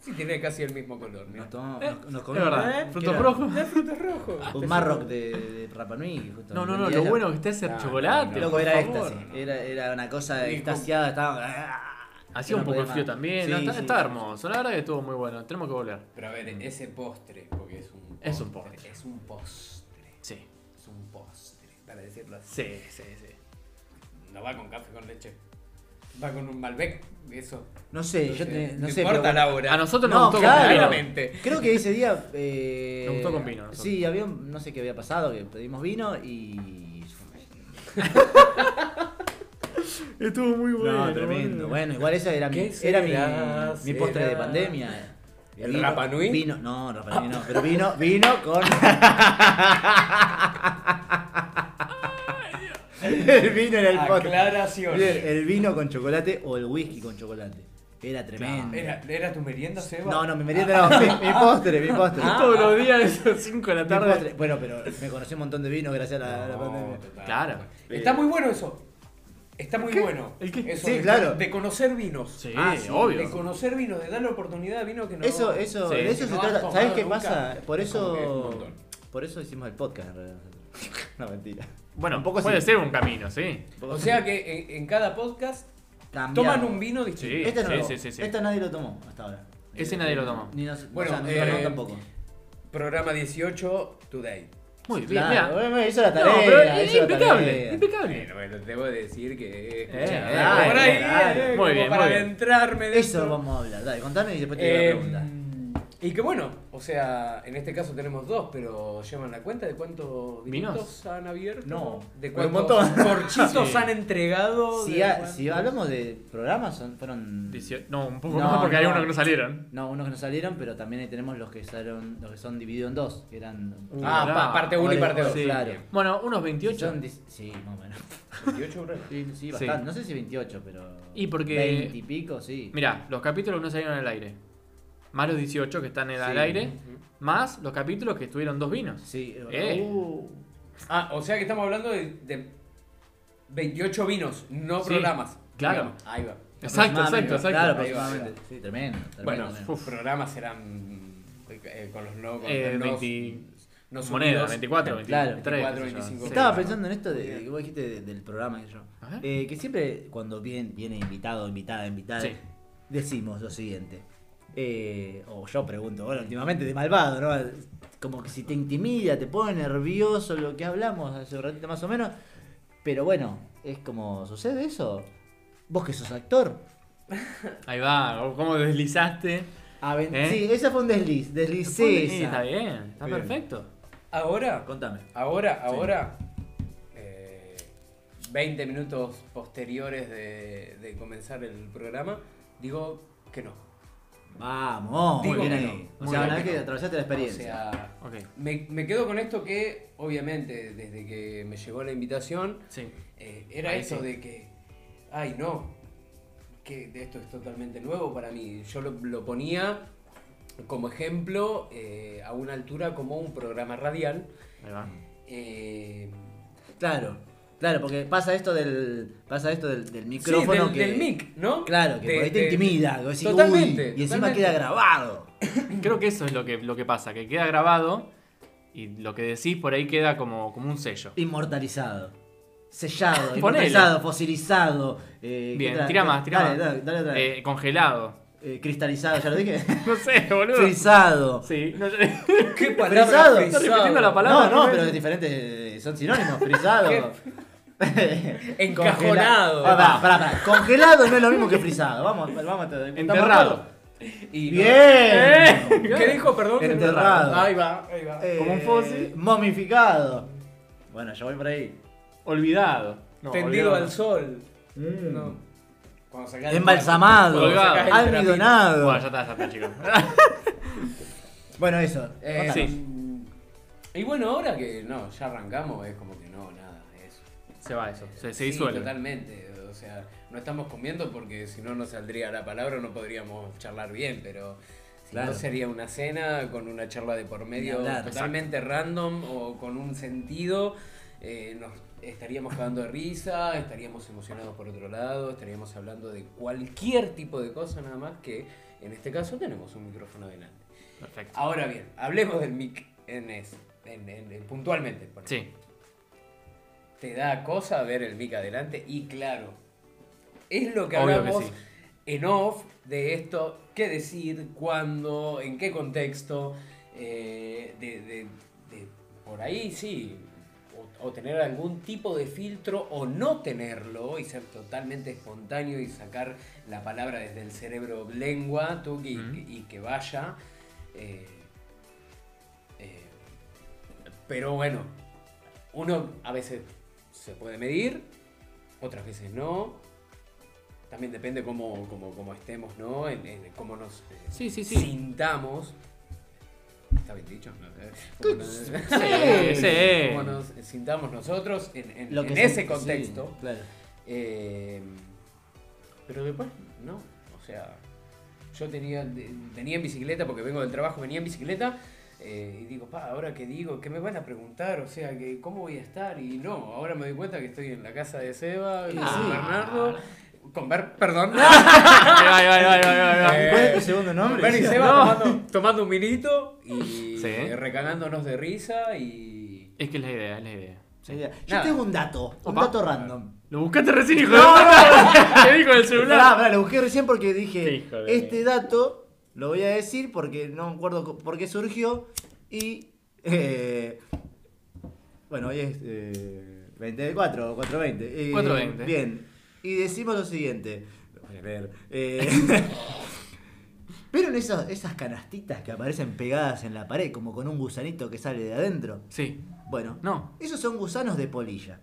S4: Sí, tiene casi el mismo color. mira.
S2: Nos tomamos,
S4: Eh,
S2: nos, nos
S3: Es
S2: comimos
S3: verdad.
S2: ¿eh?
S3: Frutos
S2: ¿Qué era?
S3: rojos.
S4: de frutos rojos.
S2: Un Marroc de, de Rapa Nui. que Justo
S3: No, no, no,
S2: vendía
S3: lo
S2: ella.
S3: bueno que está ese
S4: No,
S3: chocolate.
S2: Qué loco era
S3: por
S2: esta,
S3: favor.
S2: sí. Era, era una cosa
S4: Y con-
S2: extasiada, estaba.
S3: Hacía un
S2: no
S3: poco de
S2: podía
S3: frío
S2: más.
S3: también.
S2: Sí,
S3: no, está,
S2: sí,
S3: está
S2: sí.
S3: hermoso. La verdad que estuvo muy bueno. Tenemos que volver.
S4: Pero a ver, ese postre, porque es un
S3: Es un postre.
S4: Es un postre.
S3: Sí.
S4: Es un postre, para decirlo así.
S3: Sí, sí, sí.
S4: No va con café con leche. Va con un Malbec, eso.
S2: No sé, yo te- no sé.
S4: importa,
S2: pero-
S4: Laura.
S3: A nosotros nos
S2: No,
S3: gustó
S2: claro.
S3: con vino.
S4: Claramente.
S2: Creo que ese día. Eh,
S3: Nos gustó con vino, nosotros.
S2: Sí, había, un- no sé qué había pasado, que pedimos vino y.
S3: Estuvo muy
S2: No, tremendo. Bueno, igual esa era mi,
S4: ¿Qué
S2: era
S4: será,
S2: mi, mi postre
S4: será?
S2: de pandemia. eh.
S4: ¿El Rapa Nui?
S2: Vino, no, Rapa Nui no, pero vino, vino con. el vino en el postre.
S4: Aclaración.
S2: Bien, el vino con chocolate o el whisky con chocolate. Era tremendo.
S4: ¿Era, ¿Era tu merienda, Seba?
S2: No, no, mi merienda no, mi, mi postre, mi postre.
S4: Ah.
S3: Todos los días a las 5 de la
S2: Mi
S3: tarde.
S2: Ah, postre. Bueno, pero me conocí un montón de vino gracias a la, a la
S4: No,
S2: pandemia.
S4: total.
S3: Claro.
S4: Está muy bueno eso. Está muy bueno.
S3: ¿El qué?
S4: Eso
S2: Sí,
S4: de,
S2: claro.
S4: De conocer vinos. Ah,
S3: Sí, obvio.
S4: De conocer vinos, de darle oportunidad a vinos que no.
S2: Eso, eso,
S3: Sí.
S2: de eso
S4: No
S2: se
S4: has
S2: trata.
S4: tomado
S2: ¿Sabes qué
S4: nunca?
S2: pasa? Por
S4: Es como que es un
S2: eso.
S4: montón.
S2: Por eso hicimos el podcast en realidad. No, mentira.
S3: Bueno,
S2: Un poco
S3: puede
S2: sí.
S3: ser un camino, sí.
S4: O sea que en, en cada podcast
S2: Cambiamos.
S4: toman un vino distinto.
S3: Sí,
S2: Este es
S3: sí,
S2: nuevo.
S3: sí, sí, sí.
S2: Este nadie lo tomó hasta ahora.
S3: Ese nadie lo tomó.
S2: Ni nos,
S4: Bueno,
S2: bueno, o sea,
S4: eh,
S2: nosotros no tampoco.
S4: Programa 18, Today.
S3: Muy bien.
S2: Claro,
S3: mirá.
S2: bueno, bueno, hizo la tarea.
S3: no, pero
S2: hizo
S3: es
S2: la
S3: impecable.
S2: tarea.
S3: Impecable.
S4: Bueno, bueno, debo decir que.
S3: Eh,
S4: escucha,
S2: dale,
S4: por ahí,
S2: dale.
S4: eh,
S3: Muy
S4: como
S3: bien,
S4: para
S3: muy bien.
S4: adentrarme de
S2: Eso vamos a hablar. Dale, contame y después te digo
S4: Eh,
S2: la
S3: mm,
S2: pregunta.
S4: y que bueno, o sea, en este caso tenemos dos, pero llevan la cuenta de cuántos
S3: ¿Vinos?
S4: vinitos han abierto.
S2: No,
S4: de
S2: pero un
S4: cuántos
S2: montón.
S4: corchitos
S3: Sí. ah,
S4: han entregado.
S2: Si,
S4: de
S2: ha-
S4: cuántos-
S2: si hablamos de programas, son, fueron.
S3: Dicio- No, un poco
S2: No,
S3: más porque hay
S2: no.
S3: unos que no salieron.
S2: No, unos que no salieron, pero también ahí tenemos los que salieron, los que son divididos en dos, que eran.
S3: Uh,
S4: Ah,
S3: Mirá.
S4: pa- parte 1 y
S2: Sí.
S4: parte 2.
S2: Sí. Claro.
S3: Bueno, unos
S2: si
S3: 28.
S2: son dis- sí, más o menos.
S4: 28 euros.
S2: Sí, sí, bastante. No sé si 28, pero.
S3: Y porque-
S2: 20 y pico, sí.
S3: Mirá, los capítulos no salieron al aire. Más los 18 que están en
S2: Sí.
S3: el aire. Más los capítulos que tuvieron dos vinos.
S2: Sí,
S3: Eh.
S2: uh,
S4: Ah, o sea que estamos hablando de, de 28 vinos, no
S3: Sí,
S4: programas.
S3: claro.
S4: Digamos. Ahí va.
S3: Exacto, exacto,
S2: aproximadamente,
S3: exacto.
S2: Claro,
S4: Ahí va,
S2: aproximadamente. Sí, tremendo. tremendo,
S4: Bueno,
S2: tremendo.
S4: sus programas serán eh, con los no, con
S3: Eh,
S4: los no-
S3: 20
S4: no subidos.
S3: Moneda, 24, 23.
S2: Claro,
S4: 24,
S3: qué sé yo.
S4: 25.
S2: Estaba
S4: Sí.
S2: pensando en esto de, de que vos dijiste de- del programa que yo.
S3: Ajá.
S2: Eh, que siempre cuando viene, viene invitado, invitada, invitada,
S3: Sí.
S2: decimos lo siguiente. Eh, o yo pregunto, bueno, últimamente de malvado, ¿no? Como que si te intimida, te pone nervioso lo que hablamos hace un ratito más o menos. Pero bueno, es como, ¿sucede eso? Vos que sos actor.
S3: Ahí va, o cómo deslizaste.
S2: A Ah, ven-
S3: ¿Eh?
S2: Sí, ese fue un desliz, deslicé
S3: Sí,
S2: esa.
S3: está bien, está
S2: Bien.
S3: perfecto.
S4: Ahora,
S2: Contame.
S4: ahora, ahora, eh, 20 minutos posteriores de, de comenzar el programa, digo que no.
S2: Vamos,
S4: Digo
S2: muy bien ahí.
S4: que no,
S2: o
S4: muy
S2: sea,
S4: bien
S2: una vez
S4: que
S2: que
S4: no.
S2: atravesaste la experiencia.
S4: O sea,
S3: Ok,
S4: me, me quedo con esto que, obviamente, desde que me llegó la invitación,
S3: sí.
S4: Eh, era
S3: Ahí
S4: eso
S3: sí.
S4: de que, ay no, que de esto es totalmente nuevo para mí. Yo lo, lo ponía como ejemplo eh, a una altura como un programa radial.
S3: Ahí va.
S4: eh,
S2: Claro, claro, porque pasa esto del, pasa esto del, del
S4: sí,
S2: micrófono
S4: del,
S2: que.
S4: del mic, ¿no?
S2: Claro, que
S4: De-
S2: por ahí te
S4: de-
S2: intimida. que decís,
S4: totalmente,
S2: "Uy", y encima
S4: totalmente.
S2: queda grabado.
S3: Creo que eso es lo que, lo que pasa, que queda grabado y lo que decís por ahí queda como, como un sello.
S2: Inmortalizado. Sellado,
S3: Ponele.
S2: inmortalizado, fosilizado. eh, ¿qué
S3: Bien,
S2: otra-
S3: tira más, tira
S2: dale,
S3: más.
S2: Dale, dale, otra vez.
S3: Eh, congelado.
S2: Eh, cristalizado, ya lo dije.
S3: No sé, boludo. Sí.
S2: Frisado.
S3: no, yo-
S4: ¿Qué palabra
S2: Frisado.
S4: frisado?
S3: Estoy repitiendo la palabra,
S2: No, no,
S3: ¿no?
S2: pero es diferente. eh, Son sinónimos. Frisado.
S4: Encajonado.
S2: Congela- Ah, pará, pará, pará. Congelado no es lo mismo que frisado. Vamos, vamos. estamos
S3: Enterrado.
S4: Y no-
S2: Bien.
S4: ¿Qué dijo? Perdón.
S2: Enterrado.
S4: Ahí va, ahí va.
S2: Eh,
S3: Como un fósil.
S2: Momificado. Bueno, yo voy por ahí.
S3: Olvidado. No,
S4: Tendido
S3: olvidado.
S4: al sol. No. Cuando sacás el-
S2: Mm. Embalsamado.
S4: cuando sacás el trapito.
S2: Almidonado.
S3: Bueno, ya está, ya está, chicos.
S2: Bueno, eso.
S4: Eh,
S2: Contanos.
S4: Y bueno, ahora que no, ya arrancamos, es como que no, nada, es.
S3: Se va eso, se, se
S4: Sí,
S3: disuelve.
S4: Totalmente. O sea, no estamos comiendo porque si no no saldría la palabra, no podríamos charlar bien, pero si
S2: Claro.
S4: no sería una cena con una charla de por medio
S2: Ni hablar.
S4: totalmente random o con un sentido. eh, nos estaríamos cagando de risa, estaríamos emocionados por otro lado, estaríamos hablando de cualquier tipo de cosa, nada más que en este caso tenemos un micrófono delante.
S3: Perfecto.
S4: Ahora bien, hablemos del mic en es- en- en- en- puntualmente. por ejemplo.
S3: Sí,
S4: Te da cosa ver el mic adelante y claro, es lo que
S3: Obvio que
S4: hablamos
S3: sí.
S4: en off de esto, qué decir, cuándo, en qué contexto, eh, de, de- de- por ahí sí, o, o tener algún tipo de filtro o no tenerlo y ser totalmente espontáneo y sacar la palabra desde el cerebro lengua tú, y,
S3: Mm.
S4: y que vaya. eh, eh, pero bueno, uno a veces se puede medir, otras veces no. También depende cómo, cómo- cómo estemos, ¿no? En, en cómo nos eh,
S3: Sí, sí, sí.
S4: sintamos. Está bien dicho. ¿no? Eh, Cómo nos-
S3: Sí, sí.
S4: Cómo nos sintamos nosotros en, en-
S2: Lo que
S4: en
S2: se-
S4: ese
S2: sí,
S4: contexto.
S2: claro.
S4: Eh, pero después, no. O sea, yo tenía, de- venía en bicicleta porque vengo del trabajo, venía en bicicleta. eh, y digo, pa, ahora qué digo, qué me van a preguntar, o sea, que cómo voy a estar. Y no, ahora me doy cuenta que estoy en la casa de Seba, y
S3: Claro.
S4: con Bernardo, con Ber- perdón.
S3: Ahí va, ahí va, ahí va, ahí va, ahí va.
S4: Eh,
S2: ¿Cuál es tu segundo
S4: con
S2: nombre?
S4: Ber y Seba
S3: No.
S4: tomando, tomando un vinito y
S3: Sí.
S4: eh, recagándonos de risa y...
S3: Es que es la idea, es la idea.
S2: Sí, ya. Yo
S4: Nada.
S2: tengo un dato, un
S3: Opa.
S2: dato random.
S3: Lo buscaste recién, hijo de puta. Te vi con el
S2: Pará,
S3: celular.
S2: pará, lo busqué recién porque dije,
S3: Hijo de
S2: este dato lo voy a decir porque no me acuerdo co- por qué surgió y... eh, bueno, hoy es eh, 24, 420. eh,
S3: 4:20.
S2: Bien, y decimos lo siguiente. Lo voy a leer. eh, ¿Vieron esas, esas canastitas que aparecen pegadas en la pared como con un gusanito que sale de adentro?
S3: Sí.
S2: Bueno,
S3: No.
S2: Esos son gusanos de polilla.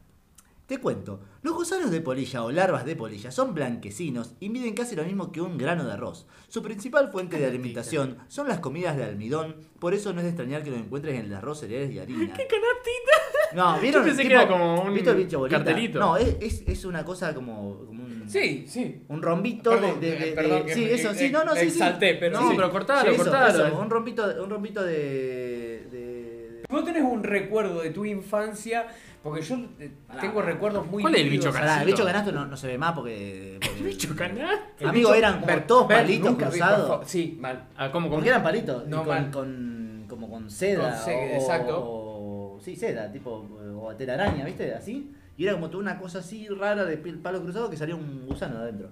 S2: Te cuento, los gusanos de polilla o larvas de polilla son blanquecinos y miden casi lo mismo que un grano de arroz. Su principal fuente de alimentación son las comidas de almidón, por eso no es de extrañar que lo encuentres en el arroz, cereales y harina.
S3: canastita!
S2: No, ¿vieron?
S3: Yo pensé que
S2: Tipo,
S3: era como un
S2: ¿viste el bicho bolita?
S3: cartelito.
S2: No, es, es- es una cosa como, como un,
S4: Sí, sí.
S2: un rombito de-
S4: Perdón,
S2: de, de-
S4: eh, perdón,
S2: de-
S4: que
S2: Sí,
S4: me-
S2: eso,
S4: que-
S2: sí, no, no,
S4: me
S2: sí, sí.
S4: exalté, pero
S3: No,
S4: sí.
S3: pero cortalo,
S2: eso,
S3: cortalo.
S2: eso, un rombito, un rombito de- de
S4: ¿No tenés un recuerdo de tu infancia? Porque yo eh, tengo recuerdos muy.
S3: ¿Cuál es el
S4: vívidos.
S3: bicho
S2: Pará, el
S3: Canasto.
S2: bicho canasto no, no se ve más porque. porque-
S3: Bicho canasta.
S4: El
S2: Amigo,
S4: bicho-
S2: eran como
S4: Ver-
S2: todos
S4: ver
S2: palitos
S4: nunca vi,
S2: cruzados.
S4: por favor. Sí, mal.
S3: Ah, ¿cómo, cómo?
S2: Porque eran palitos. y
S4: No,
S2: con,
S4: mal.
S2: con- Como con seda.
S4: Con seda,
S2: o-
S4: exacto.
S2: o- sí, seda, tipo. O telaraña, ¿viste? Así. Y era como toda una cosa así rara de pi- palo cruzado que salía un gusano de adentro.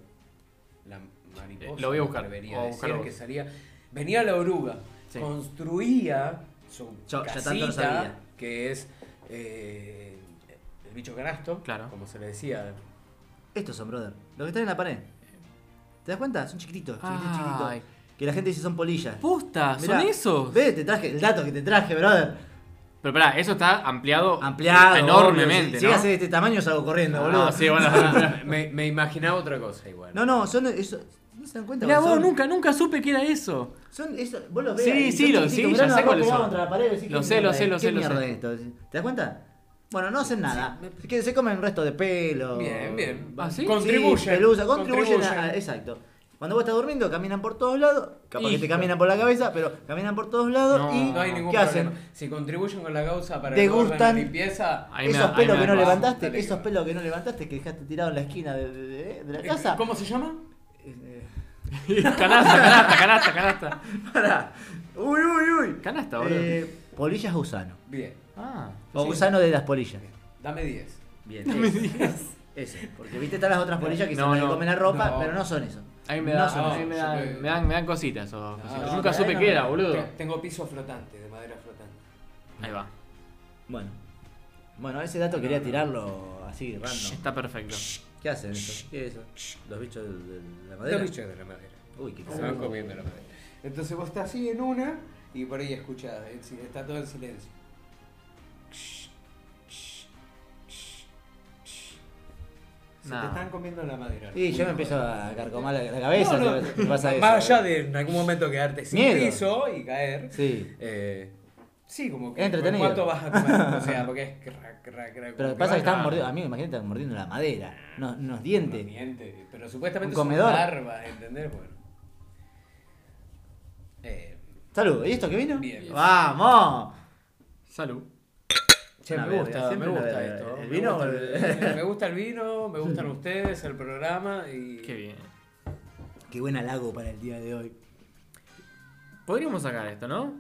S4: La mariposa.
S3: Eh, lo voy a buscar,
S4: Debería
S3: voy a
S4: decir
S3: buscarlo.
S4: que salía. Venía la oruga,
S3: Sí.
S4: construía su
S2: Yo- ya tanto
S4: casita,
S2: no sabía.
S4: que es eh, el bicho canasto,
S3: Claro.
S4: como se le decía.
S2: Estos son, brother. Los que están en la pared. ¿Te das cuenta? Son chiquititos, chiquititos,
S3: Ay.
S2: chiquititos. Que la gente dice son polillas.
S3: ¡Posta!
S2: Mirá,
S3: ¿Son esos?
S2: Ve, te traje el dato que te traje, brother.
S3: Pero pará, eso está ampliado,
S2: Ampliado.
S3: enormemente,
S2: obvio. Si,
S3: ¿no?
S2: si haces de este tamaño salgo corriendo,
S3: Ah,
S2: boludo.
S3: sí, bueno.
S4: me, me imaginaba otra cosa igual.
S2: No, no, son eso. No se dan cuenta.
S3: Mirá
S2: boludo,
S3: vos,
S2: son,
S3: nunca, nunca supe que era eso.
S2: Son eso, vos los ves.
S3: Sí,
S2: ahí,
S3: sí,
S2: son
S3: lo-
S2: chiquititos,
S3: sí,
S2: un
S3: ya
S2: grano de
S3: sé
S2: arroz
S3: cuáles
S2: pegado
S3: son.
S2: contra la pared y decís,
S3: Lo
S2: ¿qué
S3: sé,
S2: mierda
S3: lo sé,
S2: es?
S3: lo
S2: ¿Qué
S3: sé, lo
S2: mierda
S3: sé.
S2: es esto? ¿Te das cuenta? Bueno, no hacen nada. Que se comen restos de pelo.
S4: Bien, bien.
S3: ¿Ah, sí?
S4: Contribuyen.
S2: Sí, pelusa, contribuyen,
S4: contribuyen.
S2: a- a- Exacto. Cuando vos estás durmiendo, caminan por todos lados. Capaz que te
S3: Hijo.
S2: caminan por la cabeza, pero caminan por todos lados
S3: No,
S2: y.
S4: No hay ningún
S2: ¿Qué
S4: problema.
S2: hacen?
S4: Si contribuyen con la causa para
S2: Degustan.
S4: que vuelvan la limpieza,
S3: Ahí me
S2: esos
S3: da- ahí
S2: pelos
S3: me
S2: que
S3: da
S2: no
S3: paz.
S2: levantaste,
S4: Dale,
S2: esos
S4: que-
S2: pelos que no levantaste que dejaste tirado en la esquina de, de- de la
S4: Eh,
S2: casa.
S4: ¿Cómo se llama?
S2: Eh,
S3: canasta, canasta, canasta, canasta.
S2: eh, Pará. Uy, uy, uy.
S3: Canasta, boludo.
S2: Eh, polillas gusano.
S4: Bien.
S3: Ah.
S2: O
S4: Sí.
S2: gusano de las polillas.
S4: Dame 10.
S2: Bien. Eso. Porque viste están las otras polillas que
S3: No,
S2: se
S3: no,
S2: comen la ropa,
S4: no.
S2: pero no son eso.
S3: Ahí me,
S2: No
S3: da,
S2: son
S3: ahí
S4: así.
S3: me, da-
S4: Yo te-
S3: me dan, me dan cositas. o cositas.
S4: Ah,
S3: Nunca
S4: bueno,
S3: supe qué era, boludo.
S4: te- Tengo piso flotante, de madera flotante.
S3: Ahí va.
S2: Bueno. Bueno, ese dato quería tirarlo así, random.
S3: Está perfecto.
S2: ¿Qué hacen eso? ¿Qué es eso? ¿Los bichos de, de la
S4: Los
S2: madera?
S4: bichos de la madera.
S2: Uy, qué
S4: que Se van comiendo la madera. Entonces vos estás así en una y por ahí escuchás, en si- está todo en silencio. Se
S3: No.
S4: te están comiendo la madera.
S2: Y yo me empiezo a carcomar la, la cabeza.
S4: No, no.
S2: ¿qué pasa eso? ¿eh?
S4: Más allá de en algún momento quedarte sin
S2: Miedo.
S4: piso y caer.
S2: Sí.
S4: Eh, sí, como que.
S2: Entretenido.
S4: ¿Cuánto vas a comer? O sea, porque es crack, crack, crack.
S2: Pero
S4: como
S2: pasa que
S4: vas
S2: están
S4: a-
S2: mordiendo, amigo, imagínate, están mordiendo la madera, no- unos
S4: No
S2: dientes.
S4: miente, pero supuestamente
S2: Un comedor.
S4: son larvas, ¿entendés? Bueno. Eh,
S2: Salud, ¿y esto que vino?
S4: Bien.
S2: ¡Vamos!
S3: Salud.
S4: che,
S2: Una
S4: me
S2: verga,
S4: gusta, me
S2: siempre una
S4: gusta
S2: verga.
S4: esto.
S2: ¿El
S4: me
S2: vino
S4: gusta
S2: o
S4: el- me gusta el vino, me gustan ustedes, el programa y.
S3: Qué bien.
S2: Qué buen halago para el día de hoy.
S3: Podríamos sacar esto, ¿no?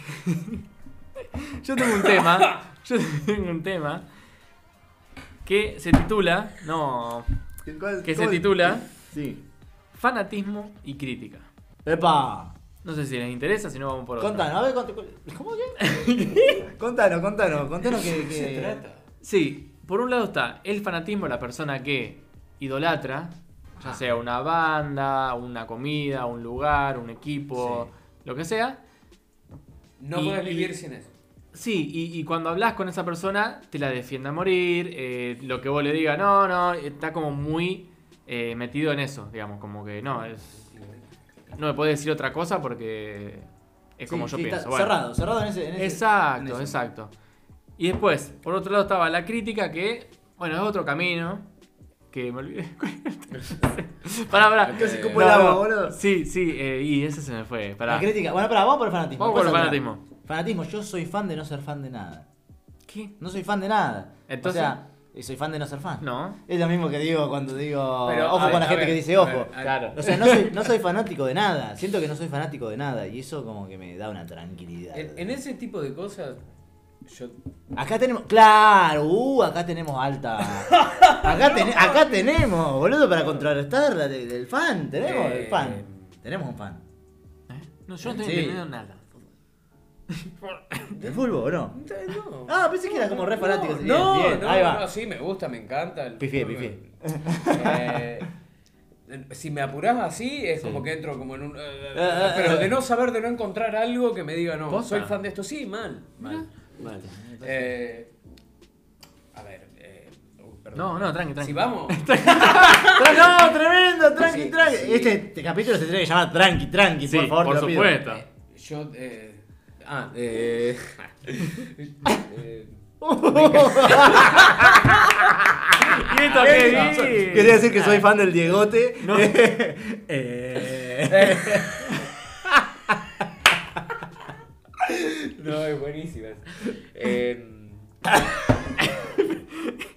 S3: yo tengo un tema. Yo tengo un tema. Que se titula. No. Que se titula.
S2: Sí.
S3: Fanatismo y crítica.
S2: ¡Epa!
S3: No sé si les interesa, si no vamos por otro.
S2: Contanos, a ver, cont- cont- ¿cómo que? contanos, contanos, contanos que...
S4: ¿Qué se
S2: que-
S4: trata?
S3: Sí, por un lado está el fanatismo, la persona que idolatra, ya sea una banda, una comida, un lugar, un equipo, lo que sea.
S4: No
S3: Y-
S4: puedes
S3: y-
S4: vivir sin eso.
S3: Sí, y, y cuando hablas con esa persona, te la defiende a morir, eh, lo que vos le digas, no, no, está como muy eh, metido en eso, digamos, como que no, es, no me puede decir otra cosa porque es como
S2: Sí,
S3: yo
S2: sí, está
S3: pienso. Bueno.
S2: Cerrado, cerrado en ese... en ese- en
S3: Exacto,
S2: eso.
S3: exacto. Y después, por otro lado estaba la crítica que, bueno, es otro camino, que me olvidé. pará, pará.
S4: Casi como
S2: el
S3: No,
S2: agua,
S3: no.
S2: boludo.
S3: Sí, sí, eh, y ese se me fue,
S2: La
S3: pará.
S2: crítica. Bueno, pará, vamos por el fanatismo.
S3: Vamos por el
S2: Cosa
S3: fanatismo.
S2: otra. Fanatismo, yo soy fan de no ser fan de nada.
S3: ¿Qué?
S2: No soy fan de nada.
S3: Entonces-
S2: O sea, eh, soy fan de no ser fan.
S3: No.
S2: Es lo mismo que digo cuando digo.
S4: Pero,
S2: ojo
S4: a
S2: con
S4: ver,
S2: la
S4: a
S2: gente
S4: ver,
S2: que dice
S4: a
S2: ojo.
S4: ver, a
S3: Claro.
S2: O sea, no soy, no soy fanático de nada. Siento que no soy fanático de nada. Y eso como que me da una tranquilidad.
S4: En, en ese tipo de cosas, yo.
S2: Acá tenemos. Claro, uh, acá tenemos alta. Acá, ten- acá tenemos, boludo, para contrarrestar la de- del fan. Tenemos
S4: Eh,
S2: el fan. Tenemos un fan.
S3: ¿Eh? No, yo no estoy
S2: Sí.
S3: entendiendo nada.
S2: ¿Del fútbol o no?
S4: No.
S2: Ah, pensé que era como re fanático.
S4: No,
S2: Bien,
S4: no,
S2: bien,
S4: no,
S2: ahí va.
S4: no, sí, me gusta, me encanta. el
S2: Pifié,
S4: fútbol.
S2: pifié.
S4: Eh, si me apurás así, es como que entro como en un. eh, eh,
S2: eh,
S4: pero
S2: eh.
S4: de no saber, de no encontrar algo que me diga, no,
S3: ¿Posta?
S4: soy fan de esto. Sí, mal. mal.
S1: Vale.
S4: Eh, a ver. eh, uh, perdón.
S3: No, no, tranqui, tranqui.
S4: Si vamos.
S2: No, no, tremendo, tranqui,
S4: Sí,
S2: tranqui.
S4: sí.
S2: Este, este capítulo se tiene que llamar tranqui, tranqui,
S3: Sí,
S2: por favor, te lo pido.
S3: supuesto.
S4: Yo. eh, ah, eh. eh,
S3: ¿Y esto qué
S2: Quería decir que Ah, soy Ah. fan del Diegote. Eh,
S4: No, es buenísima.
S3: Em,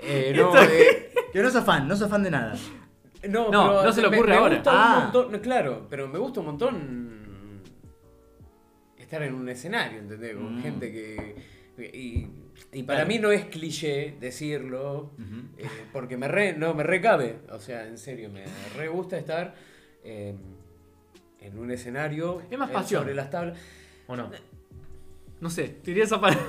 S4: Eh, eh,
S3: Esto-
S4: no, eh,
S2: que no sos fan, no sos fan de nada.
S4: no,
S3: No,
S4: pero
S3: no se le
S4: me-
S3: ocurre
S4: me
S3: ahora.
S4: gusta un
S2: Ah.
S4: montón- no, claro, pero me gusta un montón estar en un escenario, ¿entendés? Con
S2: Mm.
S4: gente que... Y, y para
S2: Claro.
S4: mí no es cliché decirlo, eh, porque me re, no, me recabe. O sea, en serio, me re gusta estar eh, en un escenario.
S3: Es más
S4: eh,
S3: pasión.
S4: Sobre las tablas.
S3: ¿O no? No sé, tiré esa palabra.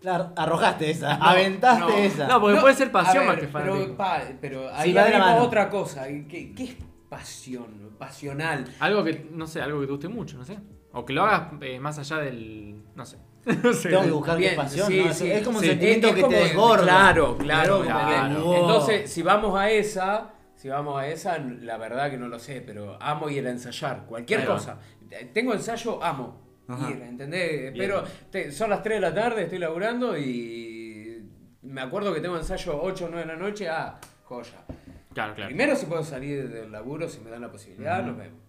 S2: La ar- arrojaste esa, aventaste
S4: no,
S2: esa.
S3: No, porque
S4: No,
S3: puede ser
S4: a
S3: pasión más
S4: ver,
S3: que
S4: Pero,
S3: fanatismo.
S4: pa- pero ahí
S2: va de la
S4: abrimos
S2: mano.
S4: otra cosa. ¿y ¿Qué, qué es pasión? Pasional.
S3: Algo que, no sé, algo que te guste mucho, no sé. O que lo hagas eh, más allá del. No sé. No sé.
S2: Tengo que buscar qué
S4: Bien,
S2: pasión.
S4: sí,
S2: ¿no? Es-
S4: sí,
S2: es como un
S3: sí.
S2: sentimiento
S4: Es- es
S2: que
S4: como-
S2: te desborda.
S4: Claro, claro,
S2: Como
S4: claro.
S2: que, wow.
S4: Entonces, si vamos a esa, si vamos a esa, la verdad que no lo sé, pero amo ir a ensayar, cualquier
S3: Ahí va.
S4: cosa. Tengo ensayo, amo
S2: Ajá.
S4: ir, ¿entendés? Pero te- son las 3 de la tarde, estoy laburando y me acuerdo que tengo ensayo 8 o 9 de la noche, ah, joya.
S3: Claro, claro.
S4: Primero si puedo salir del laburo, si me dan la posibilidad, nos vemos.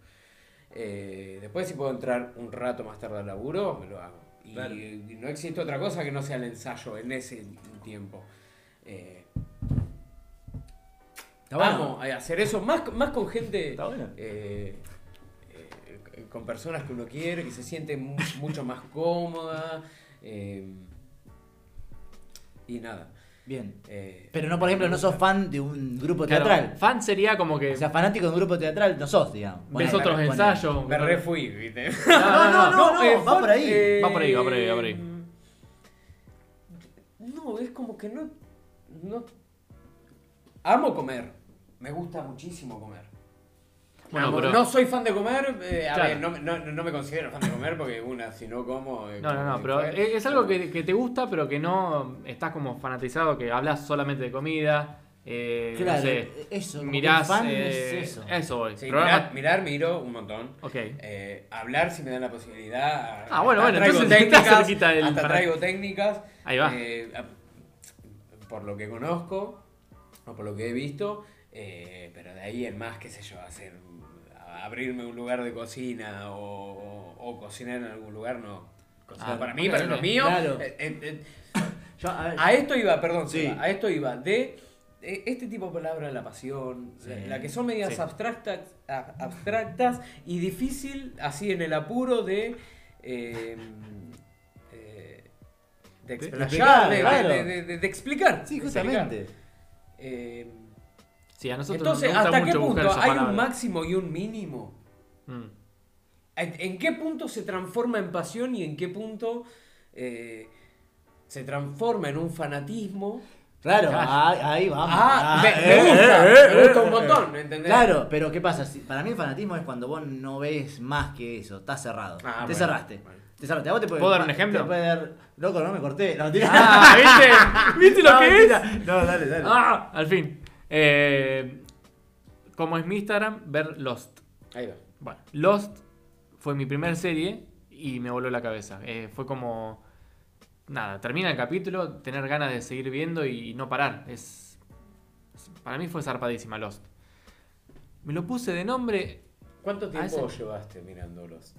S4: Eh, después si puedo entrar un rato más tarde al laburo, me lo hago. Y, y no existe otra cosa que no sea el ensayo en ese tiempo. Eh,
S2: bueno.
S4: amo a hacer eso, más, con- más con gente,
S2: Está bueno.
S4: eh, eh, con personas que uno quiere, que se siente mu- mucho más cómoda. eh, y nada.
S2: Bien.
S4: eh,
S2: Pero no, por ejemplo, no sos fan de un grupo
S3: Claro,
S2: teatral.
S3: Fan sería como que.
S2: O sea, fanático de un grupo teatral no sos, digamos.
S3: ves
S2: Ponele,
S3: otros
S2: ponele.
S3: ensayos.
S4: me re fui, ¿viste?
S2: No, no, no, no,
S4: eh,
S2: va
S4: fue-
S2: por ahí.
S4: eh,
S3: Va por ahí, va por ahí, va por ahí.
S4: No, es como que no. no- Amo comer. Me gusta muchísimo comer.
S3: Bueno,
S4: Amo-
S3: pero-
S4: No soy fan de comer. eh, a
S3: Claro.
S4: ver, no, me- no- no me considero fan de comer porque una, si no como. eh,
S3: No, no, no,
S4: como
S3: pero
S4: que
S3: es,
S4: fue.
S3: es algo que, que te gusta, pero que no estás como fanatizado, que hablas solamente de comida. Eh, no
S2: Claro,
S3: sé,
S2: eso, como que
S3: mirás,
S2: fan
S3: eh,
S2: es eso.
S3: voy.
S4: Sí,
S3: Programa-
S4: mirar, mirar, miro un montón.
S3: Ok.
S4: Eh, hablar si me dan la posibilidad.
S3: Ah, bueno, bueno,
S4: traigo
S3: entonces estás
S4: técnicas,
S3: cerquita del-
S4: Hasta
S3: para-
S4: traigo técnicas.
S3: Ahí va.
S4: eh, a- por lo que conozco, o por lo que he visto, eh, pero de ahí en más, qué sé yo, hacer a- abrirme un lugar de cocina o, o- o cocinar en algún lugar, no. Cocinar
S3: Ah,
S4: para mí,
S3: ok,
S4: para lo
S3: ok,
S4: mío.
S2: claro.
S4: eh, eh, eh,
S2: Yo, a ver,
S4: a esto iba, perdón,
S2: Sí.
S4: Seba, a esto iba de eh, este tipo de palabras, la pasión,
S2: Sí.
S4: la, la que son medidas
S3: Sí.
S4: abstractas, a- abstractas y difícil, así en el apuro de. eh, eh, de explayar,
S2: explicar,
S4: de,
S2: claro.
S4: de- de- de- de explicar.
S2: sí,
S4: de explicar.
S2: justamente.
S4: Eh,
S3: Sí, a nosotros
S4: Entonces,
S3: nos gusta
S4: ¿hasta qué
S3: mucho buscar
S4: punto
S3: esas
S4: hay un
S3: palabras.
S4: máximo y un mínimo?
S3: Mm.
S4: ¿En, en qué punto se transforma en pasión y en qué punto eh, se transforma en un fanatismo?
S2: Claro, ahí, ahí vamos.
S4: Ah, me, me
S2: eh,
S4: gusta,
S2: eh,
S4: me
S2: eh,
S4: gusta un
S2: eh.
S4: montón, ¿entendés?
S2: Claro, pero ¿qué pasa? Si- Para mí el fanatismo es cuando vos no ves más que eso, estás cerrado.
S4: Ah,
S2: te
S4: bueno,
S2: cerraste.
S4: bueno.
S2: Te cerraste. ¿A vos te puede-
S3: ¿Puedo dar un
S2: te
S3: ejemplo?
S2: puede dar- Loco, no me corté. No, mentira.
S3: Ah, ¿viste? ¿Viste lo
S2: No,
S3: que es?
S2: mentira. No, dale, dale.
S3: Ah, al fin. Eh, como es mi Instagram, ver Lost.
S4: Ahí va.
S3: Bueno, Lost fue mi primer serie y me voló la cabeza. Eh, fue como. Nada, termina el capítulo, tener ganas de seguir viendo y no parar. Es. es- Para mí fue zarpadísima Lost. Me lo puse de nombre.
S4: ¿Cuánto tiempo
S3: ese-
S4: llevaste mirándolos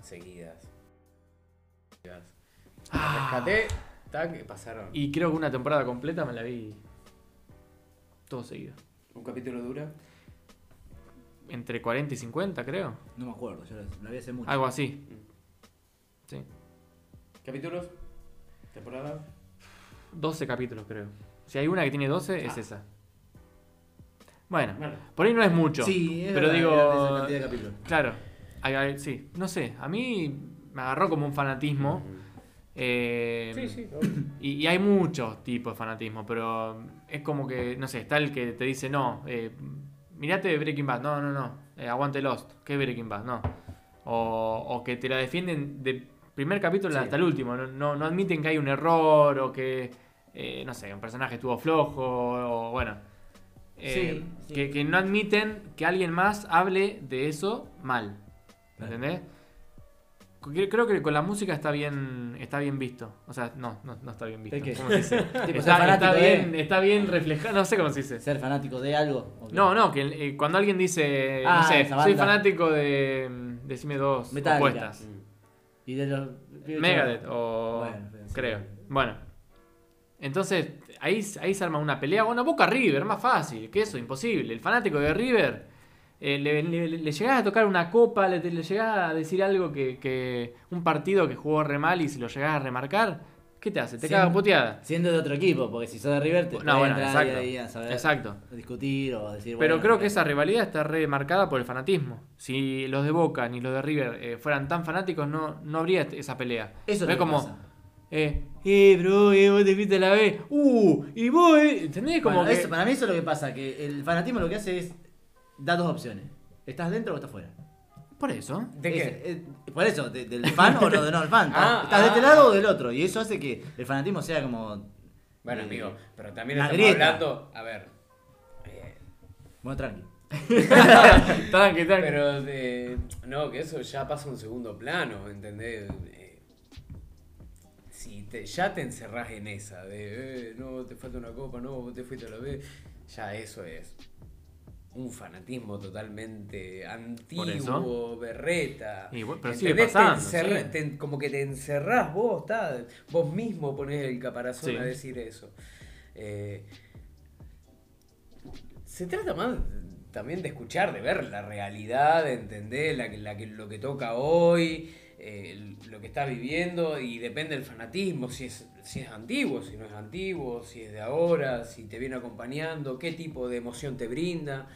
S4: seguidas?
S3: Ah,
S4: Rescaté, tac, y pasaron.
S3: y creo que una temporada completa me la vi. Todo seguido.
S4: ¿Un capítulo dura?
S3: Entre 40 y 50, creo.
S2: No me acuerdo, yo lo- lo vi hace mucho.
S3: Algo así. Sí.
S4: ¿Capítulos? ¿Temporada?
S3: 12 capítulos, creo. Si hay una que tiene 12, es esa. Bueno,
S4: Bueno.
S3: por ahí no es mucho.
S2: Sí, es
S3: pero
S2: verdad,
S3: digo.
S2: era de esa cantidad de capítulos.
S3: Claro, Ay, ay, sí, no sé, a mí me agarró como un fanatismo.
S4: Mm.
S3: eh,
S4: Sí, sí, obvio.
S3: Y, y hay muchos tipos de fanatismo, pero es como que, no sé, está el que te dice, no, eh, mirate Breaking Bad, no, no, no, eh, aguante Lost, ¿qué Breaking Bad? No. O, o que te la defienden del primer capítulo
S4: Sí.
S3: hasta el último, no, no, no admiten que hay un error o que, eh, no sé, un personaje estuvo flojo o bueno. eh,
S2: Sí, sí.
S3: Que, que no admiten que alguien más hable de eso mal.
S2: Claro.
S3: ¿Entendés? Cre- Creo que con la música está bien está bien visto. O sea, no, no, no está bien visto.
S2: ¿El qué?
S3: ¿Cómo se dice?
S2: Tipo, ser
S3: está,
S2: fanático
S3: está
S2: de-
S3: bien, está bien reflejado. No sé cómo se dice.
S2: ¿Ser fanático de algo? ¿O qué?
S3: No, no, que eh, cuando alguien dice,
S2: Ah,
S3: no sé,
S2: esa
S3: soy
S2: banda.
S3: fanático de. mm, Decime dos
S2: Metallica.
S3: opuestas.
S2: Y de los.
S3: Megadeth o.
S2: Bueno, sí.
S3: creo. Bueno. Entonces, ahí, ahí se arma una pelea. Bueno, Boca River, más fácil. Que eso, imposible. El fanático de River. eh, le, le- le llegás a tocar una copa, le, le llegás a decir algo que, que- Un partido que jugó re mal y si lo llegás a remarcar, ¿qué te hace? Te
S2: Sí.
S3: caga puteada.
S2: Siendo de otro equipo, porque si sos de River te puede
S3: No, bueno,
S2: entrar
S3: exacto.
S2: ahí a saber
S3: Exacto.
S2: discutir o decir.
S3: Pero
S2: bueno, eh,
S3: creo que esa rivalidad está remarcada por el fanatismo. Si los de Boca ni los de River eh, fueran tan fanáticos, no, no habría este- esa pelea.
S2: Eso es
S3: Ve
S2: lo que
S3: como,
S2: pasa.
S3: eh, eh, bro, eh, vos te fuiste a la B. Uh, y vos, eh, ¿entendés? Como
S2: Bueno,
S3: que-
S2: eso- para mí eso es lo que pasa, que el fanatismo lo que hace es da dos opciones. ¿Estás dentro o estás fuera?
S3: Por eso.
S4: ¿De
S2: Es-
S4: qué?
S2: eh, por eso, de- del fan o no, de no del fan.
S4: Ah,
S2: ¿Estás de este
S4: ah.
S2: lado o del otro? Y eso hace que el fanatismo sea como...
S4: Bueno,
S2: eh,
S4: amigo, pero también
S2: una
S4: estamos
S2: grieta.
S4: hablando. A ver. eh,
S2: Bueno, tranqui.
S3: Tranqui, tranqui.
S4: Pero de- no, que eso ya pasa a un segundo plano, ¿entendés? Eh, si te, ya te encerrás en esa, de eh, no, te falta una copa, no, vos te fuiste a la B, ya eso es un fanatismo totalmente antiguo, berreta.
S3: Y bueno, pero sigue
S4: ¿entendés? Te
S3: pasando,
S4: encerra-
S3: sí.
S4: te- como que te encerrás vos, ta, vos mismo ponés el caparazón
S3: Sí.
S4: a decir eso. Eh, se trata más también de escuchar, de ver la realidad, de entender la, que- la que- lo que toca hoy, eh, lo que está viviendo y depende del fanatismo, si es, si es antiguo, si no es antiguo, si es de ahora, si te viene acompañando, qué tipo de emoción te brinda.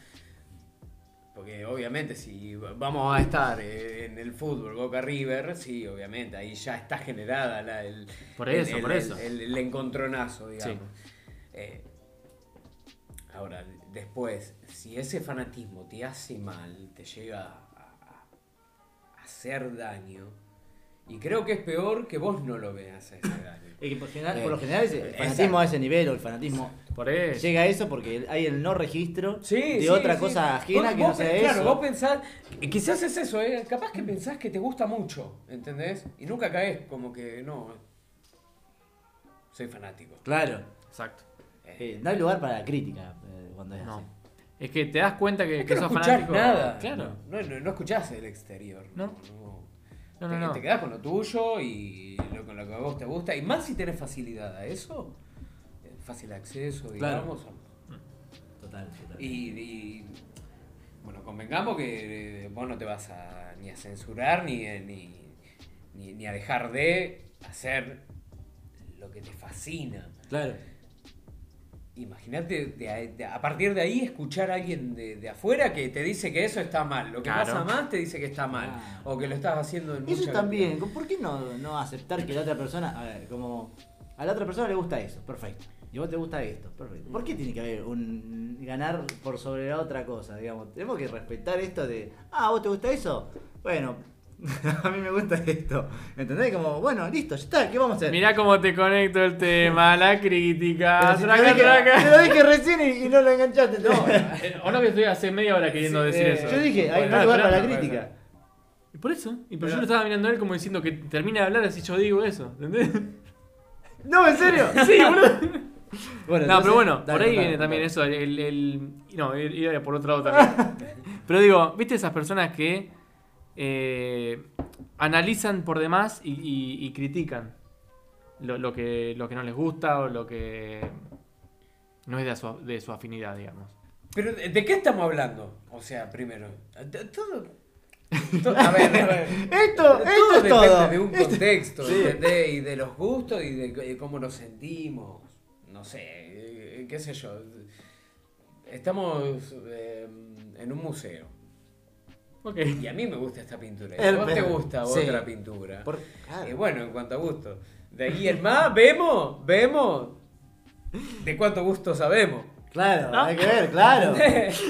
S4: Porque obviamente si vamos a estar eh, en el fútbol Boca River, sí, obviamente, ahí ya está generada la, el,
S3: Por
S4: el-
S3: eso,
S4: el-
S3: por
S4: el-
S3: eso.
S4: el- el encontronazo, digamos. Eh, ahora, después, si ese fanatismo te hace mal, te llega a, a- a hacer daño, y creo que es peor que vos no lo veas ese daño.
S2: Es que por, general-
S4: Eh,
S2: por lo general es el
S4: exacto.
S2: fanatismo a ese nivel o el fanatismo...
S3: Por eso.
S2: Llega a eso porque el- hay el no registro
S4: Sí,
S2: de
S4: sí,
S2: otra
S4: sí.
S2: cosa ajena
S4: Vos-
S2: que no
S4: vos
S2: sea
S4: pe-
S2: eso.
S4: Claro, vos pensás, eh, quizás es eso, ¿eh? capaz que pensás que te gusta mucho, ¿entendés? Y nunca caes como que no. Soy fanático.
S2: Claro.
S3: Exacto.
S2: Eh, no hay lugar para la crítica eh, cuando es
S3: No.
S2: así.
S3: Es que te das cuenta que,
S4: Es que
S3: Eh, que
S4: no
S3: sos
S4: escuchás
S3: fanático.
S4: nada.
S3: Claro.
S4: No, no, no escuchás el exterior.
S3: No. No, no,
S4: te,
S3: no.
S4: te quedás con lo tuyo y lo, con lo que a vos te gusta. Y más si tenés facilidad a eso, eh, fácil acceso,
S2: Claro.
S4: digamos.
S2: Total, total.
S4: Y, y, bueno, convengamos que eh, vos no te vas a, ni a censurar ni, eh, ni, ni, ni a dejar de hacer lo que te fascina.
S2: Claro.
S4: Imagínate de a- de- a partir de ahí escuchar a alguien de, de afuera que te dice que eso está mal. Lo que
S5: Claro.
S4: pasa más te dice que está mal.
S2: Claro.
S4: O que lo estás haciendo en
S2: Ah. Eso
S4: mucha-
S2: también, ¿por qué no, no aceptar que la otra persona, a ver, como a la otra persona le gusta eso, perfecto. Y a vos te gusta esto, perfecto. ¿Por qué tiene que haber un ganar por sobre la otra cosa, digamos? Tenemos que respetar esto de, ah, ¿vos te gusta eso? Bueno, a mí me gusta esto. ¿Entendés? Como, bueno, listo, ya está, ¿qué vamos a hacer?
S3: Mirá cómo te conecto el tema, la crítica.
S2: Pero si
S3: traca,
S2: te, lo dije,
S3: traca.
S2: te lo dije recién y, y no lo enganchaste. No,
S3: Eh, O no que estoy hace media hora queriendo decir
S2: eh,
S3: eso.
S2: Yo dije, hay
S3: Bueno,
S2: no hay lugar
S3: espera,
S2: para la
S3: no, espera.
S2: crítica.
S3: Y por eso, y pero yo
S2: Pero-
S3: lo estaba mirando a él como diciendo que termina de hablar así yo digo eso, ¿entendés?
S2: No, en serio.
S3: Sí, boludo.
S2: Bueno,
S3: No, pero
S2: entonces,
S3: bueno,
S2: dale,
S3: por ahí
S2: contame,
S3: viene también
S2: contame.
S3: eso, el, el- No, ir- ir por otro lado también. pero digo, ¿viste esas personas que eh, analizan por demás y, y- y critican lo, lo que, lo que no les gusta o lo que no es de su, de su afinidad, digamos?
S4: Pero ¿de de qué estamos hablando? O sea, primero. de- Todo. to- a ver, a ver.
S2: Esto, esto es
S4: depende
S2: todo.
S4: de un
S2: Esto-
S4: contexto,
S2: Sí.
S4: ¿entendés? Y de los gustos y de, c- cómo nos sentimos. No sé, eh, qué sé yo. Estamos eh, en un museo.
S3: Ok.
S4: Y a mí me gusta esta pintura. Y
S2: El
S4: a vos te
S2: perro,
S4: gusta
S2: sí.
S4: otra pintura.
S2: Por- claro.
S4: Y bueno, en cuanto a gusto. De ahí en más, vemos, vemos. De cuánto gusto sabemos.
S2: Claro, hay que ver, claro.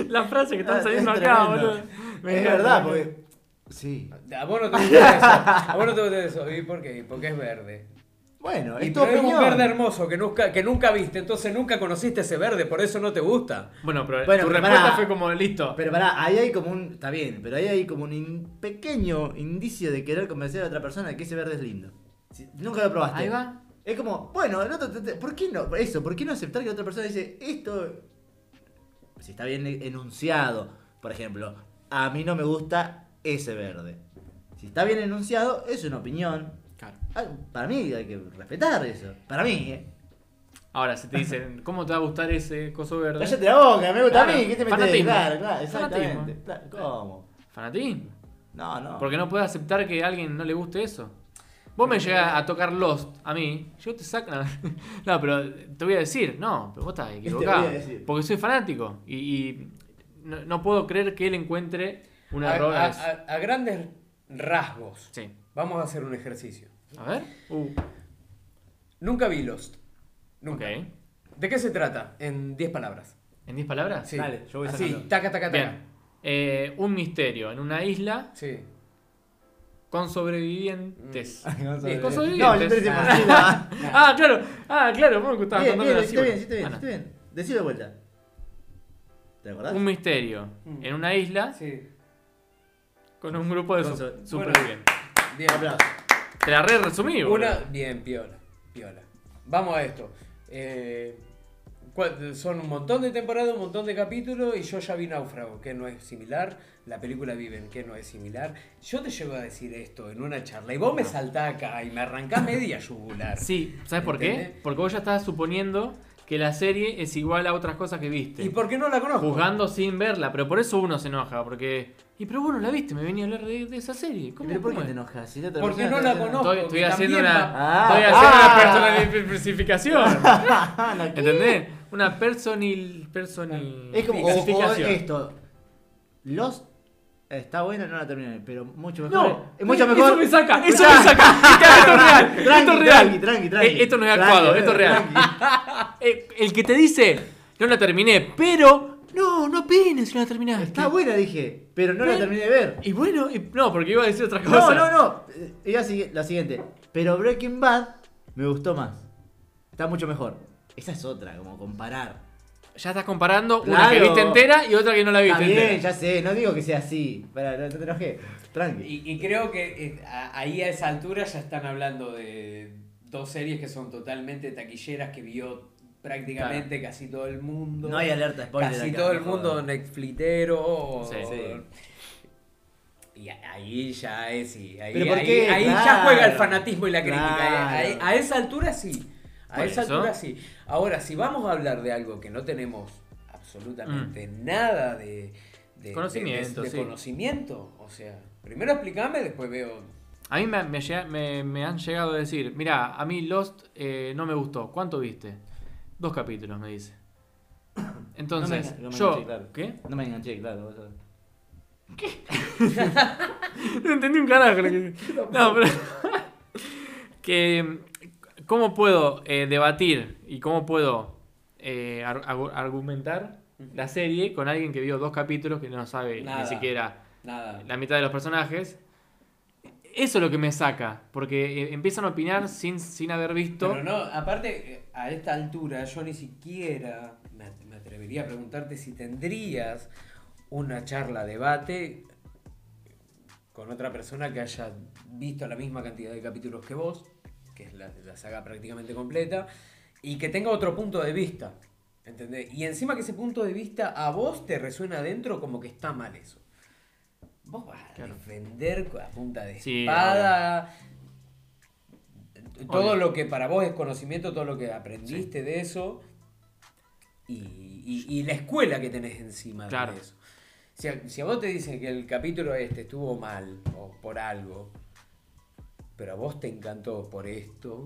S3: Las frases que están
S2: Ah, Es
S3: saliendo acá,
S2: tremendo.
S3: boludo. Me
S2: es
S3: encanta.
S2: verdad, porque. Sí.
S4: A vos no te gusta eso. A vos no te gusta eso. ¿Y por qué? Porque es verde.
S2: Bueno,
S4: Y
S2: es tu
S4: pero es un
S2: opinión.
S4: verde hermoso que nunca, que nunca viste, entonces nunca conociste ese verde, por eso no te gusta.
S3: Bueno, pero
S2: Bueno, pero
S3: tu respuesta
S2: pará.
S3: fue como, listo.
S2: Pero pará, ahí hay como un. Está bien, pero ahí hay como un in- pequeño indicio de querer convencer a otra persona de que ese verde es lindo. Si- Nunca lo probaste.
S3: Ahí va.
S2: Es como, bueno, el otro. te- te- ¿Por qué no? Eso, ¿por qué no aceptar que la otra persona dice esto? Si está bien enunciado, por ejemplo, a mí no me gusta ese verde. Si está bien enunciado, es una opinión.
S3: Claro.
S2: Ah, Para mí hay que respetar eso. Para mí, ¿eh?
S3: Ahora, si te dicen, ¿cómo te va a gustar ese coso verde?
S2: Cállate la boca, me gusta
S3: Claro,
S2: a mí, ¿qué te metes?
S3: fanatismo.
S2: Claro, claro, exactamente.
S3: Fanatismo.
S2: Claro, ¿Cómo?
S3: Fanatismo.
S2: No, no.
S3: Porque no puedes aceptar que a alguien no le guste eso. Vos me llegás a tocar Lost a mí, yo te saco. No, pero te voy a decir, no, pero vos estás equivocado.
S2: voy a decir.
S3: Porque soy fanático y, y no, no puedo creer que él encuentre un
S4: a,
S3: error. en
S4: a-
S3: eso.
S4: a- a grandes rasgos.
S3: Sí.
S4: Vamos a hacer un ejercicio.
S3: A ver. Uh,
S4: Nunca vi Lost.
S3: ok.
S4: Nunca. ¿De qué se trata? En 10 palabras.
S3: ¿En 10 palabras?
S4: Sí.
S2: Dale, yo voy
S4: Así,
S2: sacando.
S4: taca, taca, taca.
S3: Bien. Eh, un misterio en una isla
S4: Sí.
S3: con sobrevivientes.
S4: sobrevivientes.
S3: Con sobrevivientes.
S2: No, yo te decía por encima.
S3: Ah, claro. Ah, claro. Vos me estabas
S2: Bien,
S3: contando
S2: bien,
S3: la
S2: hiciste bien,
S3: cifra.
S2: hiciste bien,
S3: Ah, no.
S2: hiciste bien. Decilo de vuelta. ¿Te acordás?
S3: Un misterio
S4: Mm.
S3: en una isla
S4: Sí.
S3: con un grupo de
S2: Con
S3: su-
S2: so-
S3: supervivientes.
S4: Bien.
S2: aplauso.
S3: Te la re resumí, boludo.
S4: Una. Bien, piola. Piola. Vamos a esto. Eh, cua- son un montón de temporadas, un montón de capítulos y yo ya vi Náufrago, que no es similar. La película Viven, que no es similar. Yo te llevo a decir esto en una charla y vos me saltás acá y me arrancás media yugular.
S3: Sí, ¿sabes por qué?
S4: ¿Entendés?
S3: Porque vos ya estás suponiendo que la serie es igual a otras cosas que viste.
S4: ¿Y por qué no la conozco?
S3: Juzgando sin verla, pero por eso uno se enoja, porque... Y pero vos no la viste, me venía a hablar de, de esa serie. ¿Cómo,
S2: ¿Pero por
S3: cómo
S2: qué te
S3: es?
S2: enojas? Si otra
S4: Porque
S2: persona
S4: no
S2: te
S4: la
S2: hace-
S4: conozco.
S3: Estoy, estoy
S4: que
S3: haciendo
S4: también
S3: una...
S2: va-
S3: estoy
S2: Ah,
S3: haciendo
S2: ah.
S3: una personificación.
S2: Ah, no, ¿qué?
S3: ¿Entendés? Una personil... personil...
S2: Es como, o, o
S3: personificación.
S2: esto. Los. Está buena, no la terminé, pero mucho mejor.
S3: No, eh,
S2: es mucho
S3: eso
S2: mejor.
S3: me saca, eso
S2: Escuchá.
S3: me saca. Esto es
S2: Tranqui,
S3: real, esto es real.
S2: Tranqui, tranqui, tranqui.
S3: Eh, esto no es
S2: Tranqui,
S3: actuado, esto es real.
S2: tranqui.
S3: Eh, El que te dice, no la terminé, pero. No, no opines si no la terminaste.
S2: Está buena, dije, pero no la
S3: Ven.
S2: terminé de ver.
S3: Y bueno, y- no, porque iba a decir otra cosa.
S2: No, no, no. Eh, iba a sigui- la siguiente. Pero Breaking Bad me gustó más. Está mucho mejor. Esa es otra, como comparar.
S3: Ya estás comparando una
S2: Claro.
S3: que viste entera y otra que no la
S2: Está
S3: viste
S2: bien,
S3: entera.
S2: ya sé, no digo que sea así. Para, no te enojé. Tranqui.
S4: Y, y creo que eh, a- ahí a esa altura ya están hablando de dos series que son totalmente taquilleras que vio prácticamente casi todo el mundo.
S2: No hay alerta spoiler.
S4: casi
S2: acá,
S4: todo el
S2: no
S4: mundo
S2: jodas.
S4: Netflitero. o-
S3: Sí.
S4: Y a- ahí ya es, sí. Ahí,
S2: Pero ¿por
S4: ahí-
S2: qué?
S4: ahí ya
S2: Claro.
S4: juega el fanatismo y la crítica.
S2: Claro.
S4: eh. A, a esa altura sí. A
S3: Por
S4: esa
S3: eso.
S4: altura sí. Ahora, si vamos a hablar de algo que no tenemos absolutamente
S2: Mm.
S4: nada de, de- de-
S3: Conocimiento,
S4: de- de
S3: sí.
S4: conocimiento, o sea, primero explícame, después veo.
S3: A mí me, me llega- me- me han llegado a decir, mira, a mí Lost eh, no me gustó. ¿Cuánto viste? Dos capítulos, me dice. Entonces,
S2: No me- no me enganché,
S3: yo.
S2: claro.
S3: ¿Qué?
S2: No me enganché, claro. vos sabés.
S3: No entendí un carajo lo que dije. No, pero. que. ¿Cómo puedo eh, debatir y cómo puedo eh, ar- argu- argumentar la serie con alguien que vio dos capítulos que no sabe
S4: Nada.
S3: ni siquiera
S4: Nada.
S3: la mitad de los personajes? Eso es lo que me saca, porque eh, empiezan a opinar sin, sin haber visto.
S4: Pero no, aparte, eh, a esta altura yo ni siquiera me, me atrevería a preguntarte si tendrías una charla, debate con otra persona que haya visto la misma cantidad de capítulos que vos, que es la, la saga prácticamente completa, y que tenga otro punto de vista. ¿Entendés? Y encima que ese punto de vista a vos te resuena adentro como que está mal eso. Vos vas a
S3: Claro.
S4: defender a punta de
S3: Sí,
S4: espada, todo
S3: Obvio.
S4: lo que para vos es conocimiento, todo lo que aprendiste de eso y, y- y la escuela que tenés encima
S3: Claro.
S4: de eso. Si a, si a vos te dicen que el capítulo este estuvo mal o por algo, pero a vos te encantó por esto,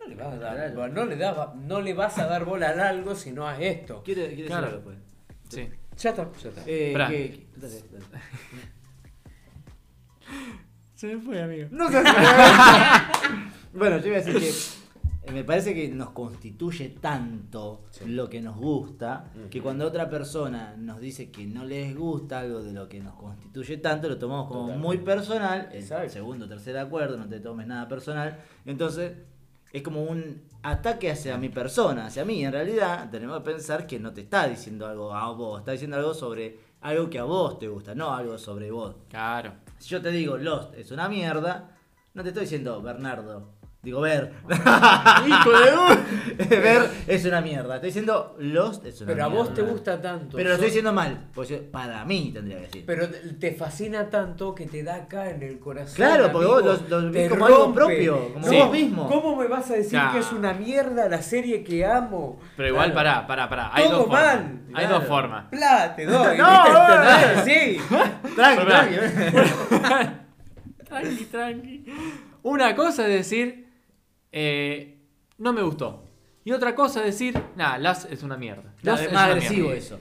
S4: no le vas a dar, no le das- no le vas a dar bola a algo sino a esto.
S2: Quiero, quiero
S3: Claro.
S2: decir algo, pues.
S3: Sí.
S4: Ya está, ya está.
S2: Eh,
S3: Esperá.
S2: que- dale, dale.
S3: Se me fue, amigo.
S2: No sé si- Bueno, yo iba a decir que eh, me parece que nos constituye tanto lo que nos gusta que cuando otra persona nos dice que no les gusta algo de lo que nos constituye tanto, lo tomamos como
S4: Totalmente.
S2: muy personal. El
S4: Exacto.
S2: segundo, tercer acuerdo, no te tomes nada personal. Entonces, es como un ataque hacia mi persona, hacia mí. En realidad, tenemos que pensar que no te está diciendo algo a vos, está diciendo algo sobre algo que a vos te gusta, no algo sobre vos.
S3: Claro.
S2: Si yo te digo Lost es una mierda, no te estoy diciendo Bernardo. Digo, ver.
S3: Hijo
S2: ver es una mierda. Estoy diciendo Lost es una
S4: Pero a
S2: mierda.
S4: vos te gusta tanto.
S2: Pero lo
S4: sos-
S2: estoy diciendo mal. porque yo- para mí tendría que decir.
S4: Pero te fascina tanto que te da acá en el corazón.
S2: Claro, porque
S4: amigo.
S2: vos lo- lo
S4: Te
S2: ves como algo
S4: rompe.
S2: propio, como
S3: Sí.
S2: vos mismo.
S4: ¿Cómo me vas a decir
S3: Claro.
S4: que es una mierda la serie que amo?
S3: Pero igual, pará,
S4: Claro.
S3: pará, pará. Hay
S4: Todo
S3: dos formas.
S4: mal,
S3: Hay
S2: claro.
S3: dos formas.
S4: Plá, te doy.
S2: No,
S4: ¿viste? ¿Entendés?
S2: Tranqui,
S3: Pará.
S2: tranqui.
S3: Tranqui, tranqui. Una cosa es decir, eh, no me gustó. Y otra cosa es decir, nada, Las es una mierda.
S2: No,
S3: Las
S2: es
S3: es
S2: más
S3: una
S2: agresivo
S3: mierda.
S2: eso.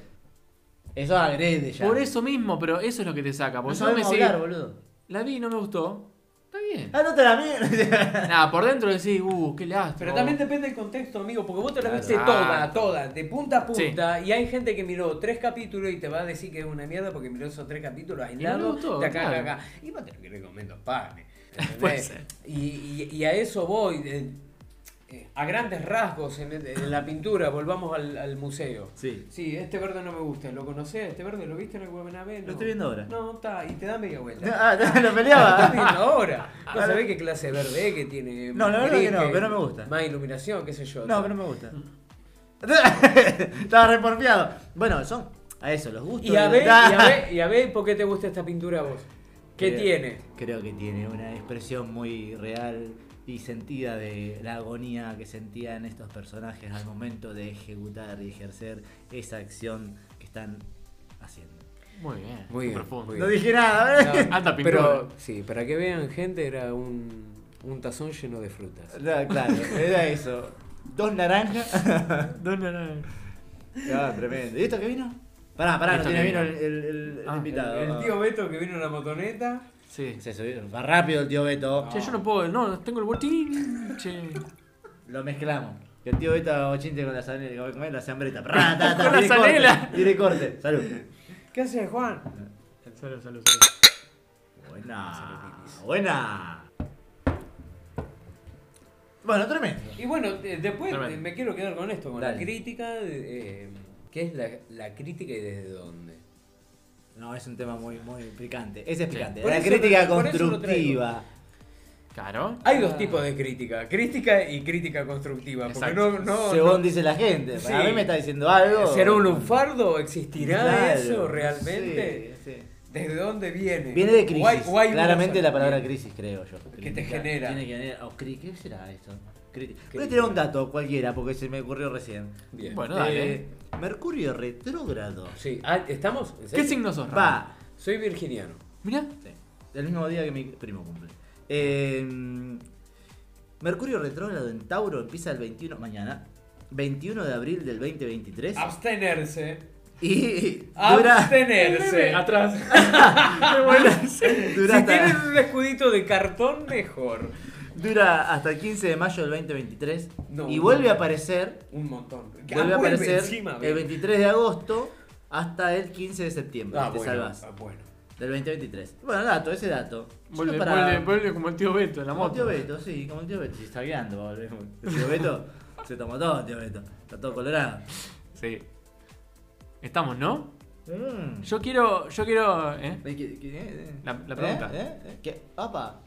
S2: Eso agrede ya.
S3: Por eso mismo, pero eso es lo que te saca.
S2: No
S3: Porque yo me
S2: sabemos
S3: decís,
S2: hablar, boludo.
S3: la vi y no me gustó. Está bien.
S2: Ah, no te la mierda.
S3: Nada, por dentro decís, uh, qué lástima.
S4: Pero también depende del contexto, amigo, porque vos te la
S2: Claro. Ah,
S4: viste toda, toda, de punta a
S3: Sí.
S4: punta, y hay gente que miró tres capítulos y te va a decir que es una mierda porque miró esos tres capítulos
S3: no le
S4: aislados,
S3: gustó,
S4: de acá,
S3: claro.
S4: acá, acá. Y vos te lo que recomiendo, pane.
S3: Puede
S4: ¿entendés?
S3: ser.
S4: Y, y- y a eso voy, eh, eh, a grandes rasgos en, el- en la pintura, volvamos al, al museo.
S2: Sí.
S4: Sí, este verde no me gusta, ¿lo conocés? ¿Este verde lo viste en el Guabenabé? No.
S2: Lo estoy viendo ahora.
S4: No, está, y te da media vuelta.
S2: Ah, lo
S4: Estás
S2: peleaba.
S4: viendo ahora. No sabés qué clase de verde es que tiene.
S2: No, la
S4: más
S2: verdad que
S4: gris,
S2: no, que no me gusta.
S4: Más iluminación, qué sé yo.
S2: No, que no me gusta. Estaba reporfiado. Bueno, son a eso, los gustos.
S4: Y a
S2: de-
S4: ver, y a ver, y a ver por qué te gusta esta pintura a vos. ¿Qué
S2: Creo-
S4: tiene?
S2: Creo que tiene una expresión muy real y sentida de la agonía que sentían estos personajes al momento de ejecutar y ejercer esa acción que están haciendo.
S3: Muy bien.
S4: Muy bien,
S3: profundo.
S4: muy
S2: No dije nada, ¿eh?
S4: No,
S3: Alta pintura.
S4: pero sí, para que vean gente era un, un tazón lleno de frutas.
S2: No, claro, era eso. Dos naranjas.
S3: No, no, no.
S2: Ah, tremendo. ¿Y esto qué vino? Pará, pará, no
S3: Esto
S2: tiene
S3: que
S2: vino el,
S3: vino.
S2: el- el- el
S3: Ah,
S2: invitado.
S4: El tío Beto que vino en la motoneta.
S3: Sí.
S2: Se subió. Va rápido el tío Beto.
S3: Che, yo no puedo, no, tengo el botín. Che.
S2: Lo mezclamos. Que el tío Beta ochinte con la sanela, con la sambreta. Ra, ta, ta,
S3: Con la
S2: tiene corte,
S3: zanela.
S2: Tiene corte. Salud.
S4: ¿Qué hace Juan?
S3: Salud, salud, salud.
S2: Buena. Buena. Bueno, tremendo.
S4: Y bueno, eh, después
S3: Tremendo.
S4: eh, me quiero quedar con esto, con la
S2: Dale.
S4: crítica. eh, ¿Qué es la, la crítica y desde dónde?
S2: No, es un tema muy, muy picante. Ese es
S3: Sí.
S2: picante.
S4: Por
S2: La
S4: eso
S2: crítica
S4: lo- por eso lo
S2: constructiva.
S3: Claro.
S4: Hay dos tipos de crítica, crítica y crítica constructiva. Porque
S3: Exacto.
S4: no, no,
S2: Según
S4: no-
S2: dice la gente.
S4: Sí.
S2: Para mí me está diciendo algo.
S4: ¿Será un lunfardo? ¿Existirá
S2: Claro,
S4: eso
S2: no
S4: realmente?
S2: sé, sí.
S4: ¿Desde dónde viene?
S2: Viene de
S4: O hay-
S2: crisis.
S4: o hay una
S2: Claramente
S4: sola-
S2: la palabra crisis, creo yo.
S4: ¿Qué Eh, te genera?
S2: Tiene que genera- o cri- ¿Qué será esto? Cri- Voy
S4: Crítica.
S2: a tirar un dato cualquiera porque se me ocurrió recién.
S4: Bien.
S3: Bueno, dale.
S2: Eh, Mercurio retrógrado
S4: Sí. Ah, ¿Estamos? ¿En
S3: ¿Qué
S4: serio?
S3: signo sos? Rama?
S2: va
S4: Soy virginiano.
S3: Mirá.
S2: sí, el mismo día que mi primo cumple. Em, Eh, Mercurio retrógrado en Tauro empieza el 21 mañana 21 de abril del 2023
S4: Abstenerse.
S2: y dura,
S4: Abstenerse.
S3: Atrás.
S2: dura
S4: si
S2: hasta,
S4: tienen un escudito de cartón, mejor.
S2: dura hasta el 15 de mayo del 2023
S4: No,
S2: y
S4: no.
S2: vuelve a aparecer,
S4: Un montón. Ah,
S2: vuelve a
S4: vuelve
S2: aparecer
S4: encima,
S2: el 23 de agosto hasta el 15 de septiembre,
S4: Ah,
S2: te
S4: bueno,
S2: salvas
S4: ah, bueno.
S2: del 2023. Bueno, dato, ese dato. Solo
S3: Vuelve,
S2: para-
S3: vuelve- vuelve como el tío Beto en la
S2: Como el
S3: moto.
S2: tío Beto, sí, como el tío Beto. Si está guiando, va a volver. El tío Beto se tomó todo, el tío Beto. Está todo colorado.
S3: Sí. Estamos, ¿no?
S2: Mm.
S3: Yo quiero. Yo quiero. ¿eh?
S2: ¿Qué- qué- qué-
S3: La- la pregunta.
S2: ¿Eh? ¿Eh? ¿Qué? ¿Apa?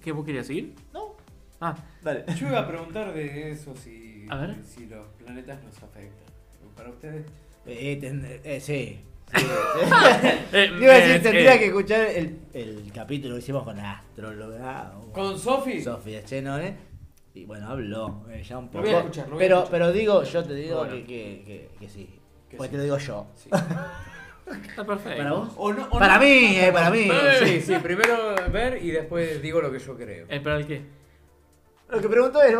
S3: ¿Qué vos querías seguir?
S2: No.
S3: Ah,
S2: Dale.
S4: Yo iba a preguntar de eso si,
S3: A ver.
S4: si los planetas nos afectan. Para ustedes.
S2: Eh, ten- eh, sí. Sí, sí. Yo iba a
S3: Eh,
S2: decir, tendría que escuchar el, el capítulo que hicimos con la astróloga. o-
S4: ¿Con Sofi?
S2: Sofía Chenone. Y bueno, habló eh, ya un
S4: Lo
S2: poco.
S4: voy a escuchar, lo voy a
S2: pero,
S4: escuchar.
S2: pero digo, yo te digo
S3: Bueno.
S2: que, que, que, que sí.
S4: Que
S2: pues
S4: sí.
S2: te lo digo yo.
S4: Sí.
S3: Está perfecto.
S2: ¿Para vos?
S4: O no- o
S2: para
S4: no.
S2: mí, eh, para mí.
S3: Eh.
S4: Sí, sí, primero ver y después digo lo que yo creo.
S3: Eh, ¿Para el qué?
S2: Lo que pregunto es,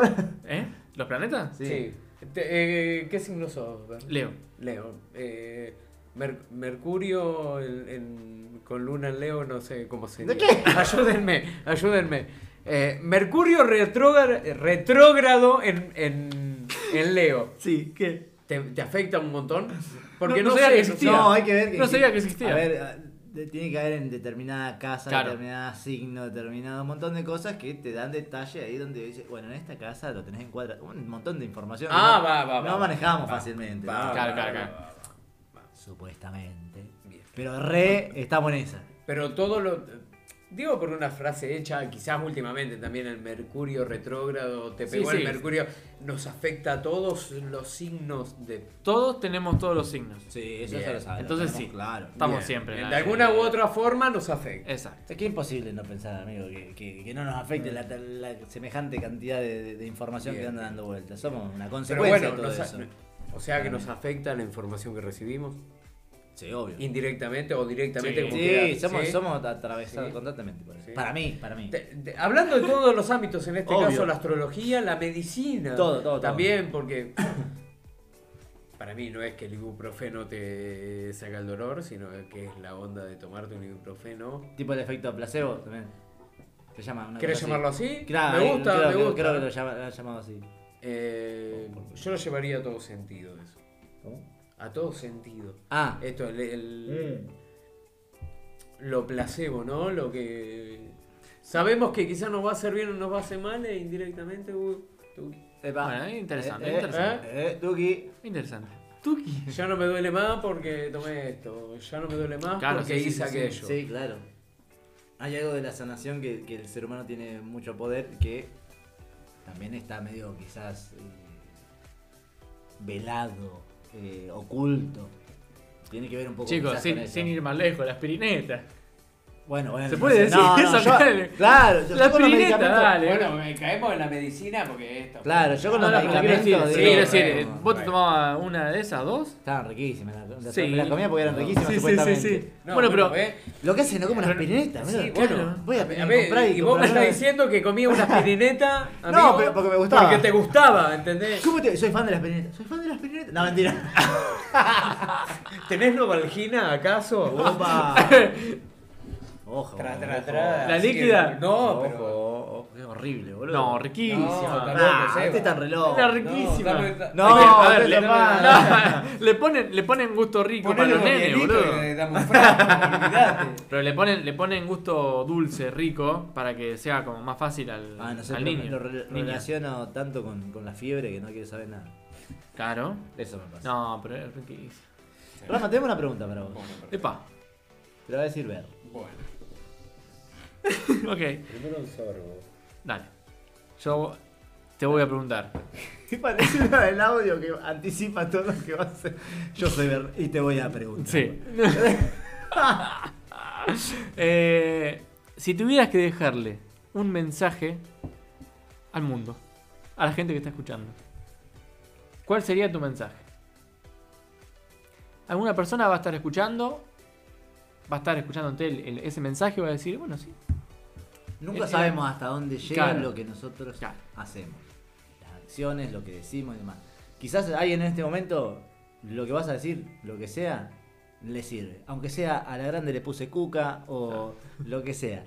S3: ¿Eh? ¿Los planetas?
S2: Sí.
S4: Te- eh, ¿Qué signo sos, Ver?
S3: Leo.
S4: Leo. Eh, Mer- Mercurio en- en- con luna en Leo, no sé cómo se
S2: ¿De
S4: dice. Ayúdenme, ayúdenme. Eh, Mercurio retrógra- retrógrado en, en, en Leo.
S2: Sí, ¿qué?
S4: ¿Te, te afecta un montón? Porque no,
S3: No- no
S4: sabía
S3: sé,
S4: que
S3: no
S4: existía.
S2: No, hay que ver. que-
S3: No sabía que existía.
S2: A ver, a- de- tiene que haber en determinada casa,
S3: Claro.
S2: determinado signo, determinado un montón de cosas que te dan detalle ahí donde dices, bueno, en esta casa lo tenés en cuadra. Un montón de información. que
S4: Ah,
S2: no,
S4: va, va, va.
S2: No manejamos
S4: Va,
S2: fácilmente.
S4: va,
S2: ¿no?
S3: Claro,
S4: va,
S3: claro,
S4: va,
S3: claro.
S4: va, va.
S2: Supuestamente.
S4: Bien.
S2: Pero re estamos en esa.
S4: Pero todo lo. Digo por una frase hecha, quizás últimamente también el Mercurio retrógrado, te
S3: Sí,
S4: pegó
S3: sí.
S4: el Mercurio, nos afecta a todos los signos de.
S3: Todos tenemos todos los signos.
S2: Sí,
S4: eso ya lo sabemos,
S3: Entonces sí.
S2: Claro.
S3: Estamos
S4: Bien.
S3: siempre en la-
S4: De alguna u otra forma nos afecta.
S3: Exacto.
S2: Es que es imposible no pensar, amigo, que, que- que no nos afecte la, la semejante cantidad de, de- de información
S4: Bien,
S2: que anda
S4: bien.
S2: dando vueltas. Somos una
S4: Pero
S2: consecuencia
S4: bueno,
S2: de todo
S4: nos a-
S2: eso.
S4: o sea que nos afecta la información que recibimos,
S2: Sí, obvio.
S4: indirectamente o directamente.
S3: Sí.
S4: como
S2: Sí,
S4: quiera,
S2: somos,
S4: ¿sí?
S2: somos atravesados
S4: Sí.
S2: constantemente. por eso.
S4: Sí.
S2: Para mí, para mí.
S4: Te- te- hablando de todos los ámbitos, en este
S2: Obvio.
S4: caso la astrología, la medicina.
S2: Todo, todo, todo.
S4: También, porque para mí no es que el ibuprofeno te saca el dolor, sino que es la onda de tomarte un ibuprofeno.
S2: Tipo el efecto placebo también. Se llama. una
S4: ¿Querés
S2: cosa
S4: llamarlo
S2: así?
S4: así?
S2: Claro,
S4: me
S2: eh,
S4: gusta,
S2: creo,
S4: me
S2: creo-
S4: gusta.
S2: creo que lo, llama- lo han llamado así.
S4: Eh, yo lo llevaría a todo sentido eso. A todo sentido.
S2: Ah,
S4: Esto, el, el-
S2: Mm.
S4: lo placebo, ¿no? Lo que... Sabemos que quizás nos va a hacer bien o nos va a hacer mal e indirectamente... uh, uy, tú-
S2: epa.
S3: Bueno, es interesante,
S2: Eh,
S3: es
S2: eh,
S4: interesante.
S2: eh, Tuki.
S3: Interesante. Tuki.
S4: Ya no me duele más porque tomé esto. Ya no me duele más
S3: Claro,
S4: porque
S3: sí, sí,
S4: hice
S3: sí, sí.
S4: aquello.
S2: Sí, claro. Hay algo de la sanación que, que el ser humano tiene mucho poder que también está medio quizás eh, velado, eh, oculto. Tiene que ver un poco
S3: Chicos,
S2: quizás con
S3: sin,
S2: eso.
S3: sin ir más lejos, la aspirineta.
S2: Bueno, bueno.
S3: ¿Se puede
S2: no sé.
S3: decir
S2: No,
S3: eso?
S2: no,
S3: Dale.
S2: yo- claro, yo-
S3: La
S2: yo con los
S3: pirineta,
S2: medicamentos-
S3: dale.
S4: Bueno, me caemos en la medicina porque esto.
S2: Claro, yo con
S3: No,
S4: Ah,
S2: los
S3: no, pero quiero
S2: medicamentos.
S3: decir, sí,
S2: digo,
S3: quiero decir,
S2: bueno,
S3: eh, vos te
S4: bueno.
S3: tomabas una de esas dos.
S2: Estaban riquísimas. las- Las,
S3: Sí.
S2: las comía porque eran riquísimas,
S3: Sí, sí,
S2: supuestamente.
S3: sí, sí.
S4: No,
S3: bueno, pero.
S4: ¿ves?
S2: Lo que hacen, no como las
S3: Pero-
S2: pirinetas.
S4: Sí,
S2: boludo.
S4: bueno.
S2: voy a,
S4: A ver,
S2: comprar
S4: y vos me
S2: comprar-
S4: estás diciendo que comía una aspirineta.
S2: No,
S4: amigo,
S2: pero porque me gustaba.
S4: Porque te gustaba, ¿entendés?
S2: ¿Cómo te- Soy fan de las pirinetas. Soy fan de las pirinetas. No, mentira.
S4: ¿Tenés novalgina acaso?
S2: Opa. Ojo.
S4: Tra, tra,
S2: ojo.
S4: tra.
S3: La
S4: Así
S3: líquida.
S4: que- No,
S2: Ojo,
S4: pero.
S2: ojo, es horrible, boludo.
S3: No, riquísima.
S4: No,
S2: Ah,
S4: Seba.
S2: este está reloj.
S3: Era riquísima.
S4: No, dame-
S2: No,
S3: Hay que- a ver,
S2: no
S3: le,
S2: es normal.
S3: no, le ponen, le ponen gusto rico para
S4: Ponele
S3: los nenes,
S4: Bobielito
S3: boludo.
S4: y le damos frasco, olvidate.
S3: Pero le ponen, le ponen gusto dulce, rico, para que sea como más fácil al,
S2: Ah, no sé,
S3: al
S2: pero
S3: niño.
S2: lo re-
S3: Niña.
S2: relaciono tanto con, con la fiebre que no quiero saber nada.
S3: Claro.
S2: Eso me pasa.
S3: No, pero es riquísimo.
S2: Rafa, tengo una pregunta para vos.
S3: Epa.
S2: Te la voy a decir ver.
S4: Bueno,
S3: ok,
S4: primero un sorbo.
S3: dale. Yo te voy a preguntar.
S2: Sí, parece una del audio que anticipa todo lo que va a ser. Yo soy Ver y te voy a preguntar.
S3: Sí. Eh, si tuvieras que dejarle un mensaje al mundo, a la gente que está escuchando, ¿cuál sería tu mensaje? Alguna persona va a estar escuchando, va a estar escuchando el- el- ese mensaje y va a decir, bueno, sí,
S2: Nunca
S3: Eh,
S2: sabemos hasta dónde llega
S3: claro.
S2: lo que nosotros
S3: Claro.
S2: hacemos. La- acciones, lo que decimos y demás. Quizás alguien en este momento, lo que vas a decir, lo que sea, le sirve. Aunque sea a la grande le puse cuca o lo que sea.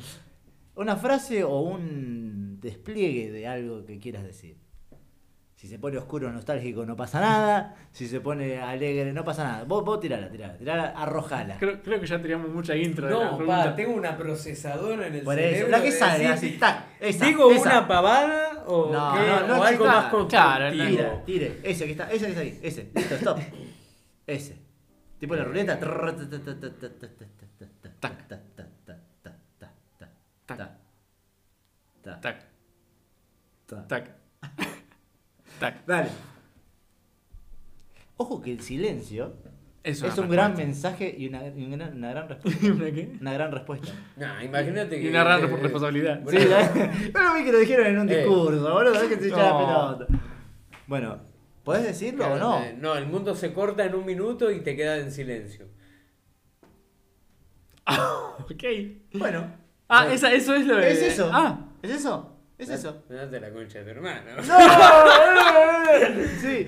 S2: Una frase o un despliegue de algo que quieras decir. Si se pone oscuro, nostálgico, no pasa nada. Si se pone alegre, no pasa nada. Vos, vos tirala, tirala, tirala, arrojala.
S3: Creo, creo que ya teníamos mucha intro de la
S4: No,
S3: pregunta.
S4: pa, tengo una procesadora en el
S2: Por eso,
S4: cerebro.
S2: la que
S4: de
S2: sale,
S4: decir,
S2: así, tac, esa,
S4: ¿Digo
S2: esa.
S4: una pavada o,
S2: No,
S4: qué?
S2: no, no
S4: o algo
S2: exista.
S4: más constructivo?
S3: Claro, no.
S2: Tira, tire, ese que está, ese que está ahí, ese, listo, stop. Ese. Tipo la ruleta. trrr, ta, ta, ta, ta, ta, ta, ta, ta, ta,
S3: Tac.
S2: ta, ta, ta, ta, ta, ta,
S3: Tac.
S2: ta, ta, ta.
S3: Tac, tac. tac.
S2: Dale. Ojo que el silencio
S3: Eso
S2: es un gran mensaje y una, y una- una gran respuesta.
S3: ¿Una qué?
S2: Una gran respuesta.
S4: Nah, imagínate
S3: Y
S4: que.
S3: una gran
S4: eh,
S3: respons- responsabilidad.
S2: Sí,
S4: boludo.
S2: ¿eh? Pero vi que lo dijeron en un
S4: Eh.
S2: discurso, boludo, es que se echa la
S3: No.
S2: pelota. Bueno, ¿podés decirlo o no?
S4: Eh, No, el mundo se corta en un minuto y te queda en silencio.
S3: Ok.
S2: Bueno.
S3: Ah, esa, eso es lo de.
S2: ¿Es eso?
S3: Ah,
S2: ¿Es eso? ¿Es eso?
S4: Date la concha de tu hermano.
S2: Sí.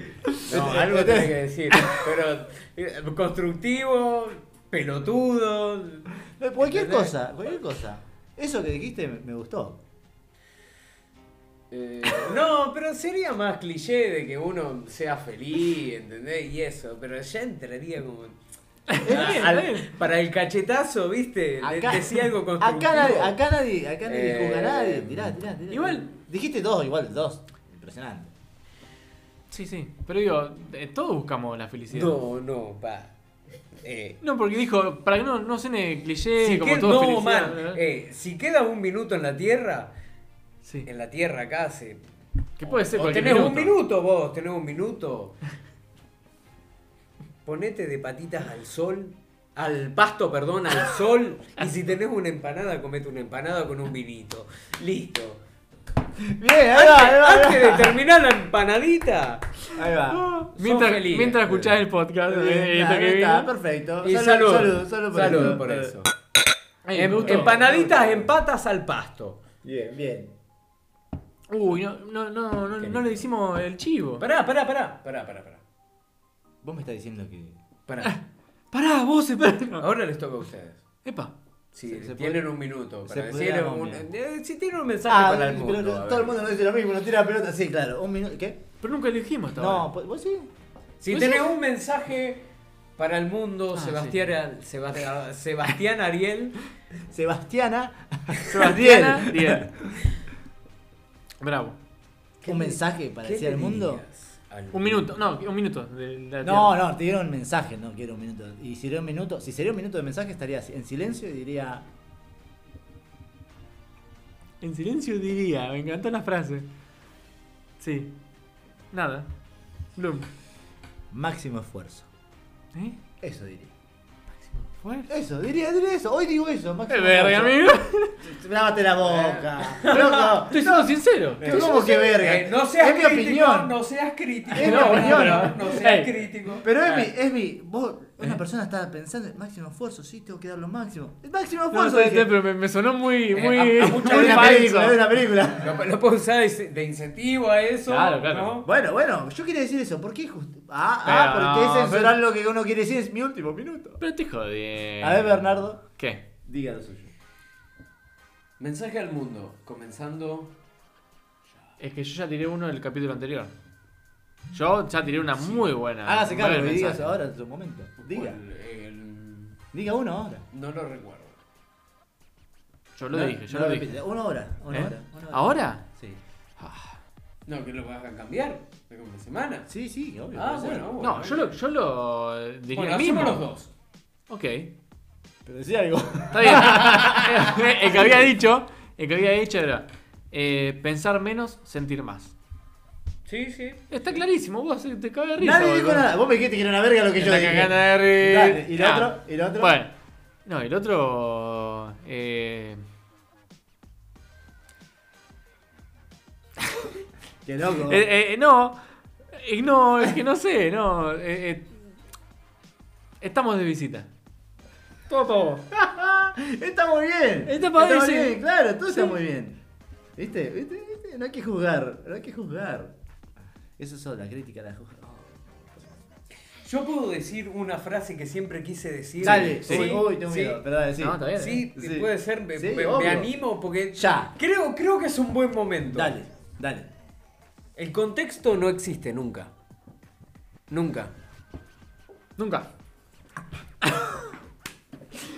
S4: No, algo tenés que decir. Pero eh, constructivo, pelotudo.
S2: Cualquier
S4: ¿entendés?
S2: cosa, cualquier cosa. Eso que dijiste me- me gustó.
S4: Eh, no, pero sería más cliché de que uno sea feliz, ¿entendés? Y eso, pero ya entraría como.
S3: bien,
S4: Al-
S3: está bien.
S4: para el cachetazo, ¿viste? De- decía algo constructivo.
S2: Acá nadie, acá nadie, acá nadie
S4: Eh,
S2: juzga a nadie. Tirá, tirá, tirá.
S3: igual-
S2: Dijiste dos, igual dos. Impresionante.
S3: sí, sí. Pero digo, eh, todos buscamos la felicidad.
S4: No, no, pa. Eh,
S3: No, porque dijo, para que no, no suene cliché,
S4: si
S3: como
S4: que-
S3: todo
S4: no,
S3: felicidad,
S4: man,
S3: ¿verdad?
S4: eh, si queda un minuto en la tierra,
S3: sí.
S4: en la tierra acá se.
S3: Que puede ser
S4: eh, o
S3: cualquier
S4: tenés un
S3: minuto.
S4: minuto vos, tenés un minuto. Ponete de patitas al sol, al pasto, perdón, al sol. Y si tenés una empanada, comete una empanada con un vinito. Listo.
S2: Bien, ahí va, ahí va,
S4: Antes
S2: ahí va.
S4: de terminar la empanadita,
S2: Ahí va.
S3: Ah, Mientras,
S4: Sos feliz.
S3: mientras escuchás el podcast,
S2: Bien,
S3: eh, esto
S2: está,
S3: que
S2: está,
S3: viene.
S2: perfecto.
S4: Y
S2: salud, salud,
S4: salud,
S2: salud por
S4: Salud
S2: eso. Eh,
S4: por eso.
S3: Ay,
S4: Em-
S3: me gustó.
S4: empanaditas en patas al pasto.
S2: Bien, bien.
S3: Uy, no, no, no, no, no le
S4: Qué lindo.
S3: hicimos el chivo.
S4: Pará, pará, pará, pará, pará, pará.
S2: Vos me estás diciendo que. Ah.
S4: Pará.
S3: Pará, vos, pará.
S4: Ahora les toca a ustedes.
S3: Epa.
S4: Si
S2: Se- se
S4: tienen un minuto
S2: se
S4: para decir
S2: podríamos,
S4: un,
S2: mira.
S4: eh, si tienen un mensaje
S2: Ah,
S4: para el
S2: pero
S4: mundo. a
S2: todo
S4: ver.
S2: el mundo no dice lo mismo, no tira la pelota. Sí, claro. Un minuto. ¿Qué?
S3: Pero nunca elegimos esta
S2: No, pues- vos sí.
S4: Si
S3: Pues
S4: tenés
S3: sí.
S4: un mensaje para el mundo,
S3: Ah,
S4: Sebastián, Sebast- Sebastián Ariel,
S2: Sebastiana.
S3: Sebastiana, bien. Bravo.
S2: ¿Un mensaje para
S4: ¿qué
S2: decir
S4: le
S2: al mundo?
S4: dirías al
S3: Un minuto, no, un minuto. de la
S2: No,
S3: tierra.
S2: no, te dieron un mensaje, no quiero un minuto. Y si sería un minuto, si sería un minuto de mensaje estaría en silencio y diría,
S3: En silencio diría, me encantó la frase. Sí. Nada. Bloom.
S2: máximo esfuerzo.
S3: ¿Eh?
S2: Eso diría.
S3: Fuerte.
S2: Eso, diría, diría eso. Hoy digo eso, máximo
S3: Es verga,
S2: esfuerzo.
S3: amigo. Eh.
S2: Lávate la boca. Loco.
S3: Estoy siendo sincero.
S2: ¿Qué- ¿Cómo que verga?
S4: Eh, no seas
S2: es mi
S4: crítico,
S2: opinión.
S4: no seas crítico.
S2: Es mi
S4: no,
S2: opinión.
S4: pero no seas
S3: Ey.
S4: crítico.
S2: Pero es
S4: Ah,
S2: mi, es mi, vos, una
S3: ¿Eh?
S2: persona estaba pensando, máximo esfuerzo, sí, tengo que dar lo máximo. El máximo
S3: No,
S2: esfuerzo.
S3: está-
S2: dije.
S3: está, pero me, me sonó muy,
S4: Eh,
S3: muy,
S4: a- a
S3: muy
S4: mucha
S2: Es una
S3: falso.
S2: película, es una película.
S4: Lo, lo puedo usar de, de incentivo a eso.
S3: Claro, claro.
S4: ¿no?
S2: Bueno, bueno, yo quería decir eso, ¿por qué justo? Ah, ah,
S3: Pero
S2: pero
S3: no,
S2: ustedes censurar lo que uno quiere decir, es mi último minuto.
S3: Pero te jodí.
S2: A ver, Bernardo,
S3: ¿Qué?
S2: diga lo suyo.
S4: Mensaje al mundo, comenzando.
S3: Es que yo ya tiré uno del capítulo anterior. Yo ya tiré una muy buena.
S2: Hágase
S3: un
S2: cargo
S3: buen
S2: y digas
S3: Ah, mensaje.
S2: ahora en su momento. Diga,
S4: el- el-
S2: diga uno ahora.
S4: no lo recuerdo.
S3: Yo lo
S2: No,
S3: dije, yo
S2: no
S3: lo
S2: repite,
S3: dije.
S2: Una hora, una
S3: ¿Eh?
S2: hora. una hora.
S3: ¿Ahora?
S2: Sí.
S4: No, que lo vas a cambiar. De como semana.
S2: Sí, sí, obvio.
S4: ah,
S2: puede ser.
S4: bueno, bueno.
S3: No, yo lo, yo lo eh, diría
S4: Bueno,
S3: el
S4: hacemos
S3: mismo.
S4: los dos.
S3: Ok.
S2: Pero decía algo.
S3: Está bien. el que había dicho, el que había dicho era eh, pensar menos, sentir más.
S4: Sí, sí.
S3: Está clarísimo, vos eh, te cagas de risa.
S2: Nadie dijo
S3: boludo.
S2: nada. Vos me dijiste que era una verga lo que
S3: Te
S2: yo
S3: la
S2: dije.
S3: cagás de risa.
S2: Dale, ¿y el
S3: Ah.
S2: otro? ¿Y el otro?
S3: Bueno, no, el otro. Eh,
S2: Qué loco.
S3: eh, eh, no, eh, no, es que no sé, no. eh, eh, estamos de visita. Todo para vos.
S2: Está muy bien.
S3: Está pa-
S2: muy
S3: sí.
S2: bien, claro, todo está
S3: Sí.
S2: muy bien. ¿Viste? ¿Viste? ¿Viste? No hay que juzgar, no hay que juzgar. Eso es la crítica, la juzga.
S4: Yo puedo decir una frase que siempre quise decir.
S2: Dale,
S4: sí,
S2: uy, uy, tengo
S4: sí,
S2: miedo, perdón, decí.
S3: No, está bien. ¿eh?
S4: sí,
S2: Sí.
S4: puede ser, me,
S2: Sí,
S4: me- me
S2: obvio.
S4: animo porque
S2: Ya.
S4: Creo, creo que es un buen momento.
S2: Dale, dale.
S4: El contexto no existe nunca. Nunca.
S3: Nunca.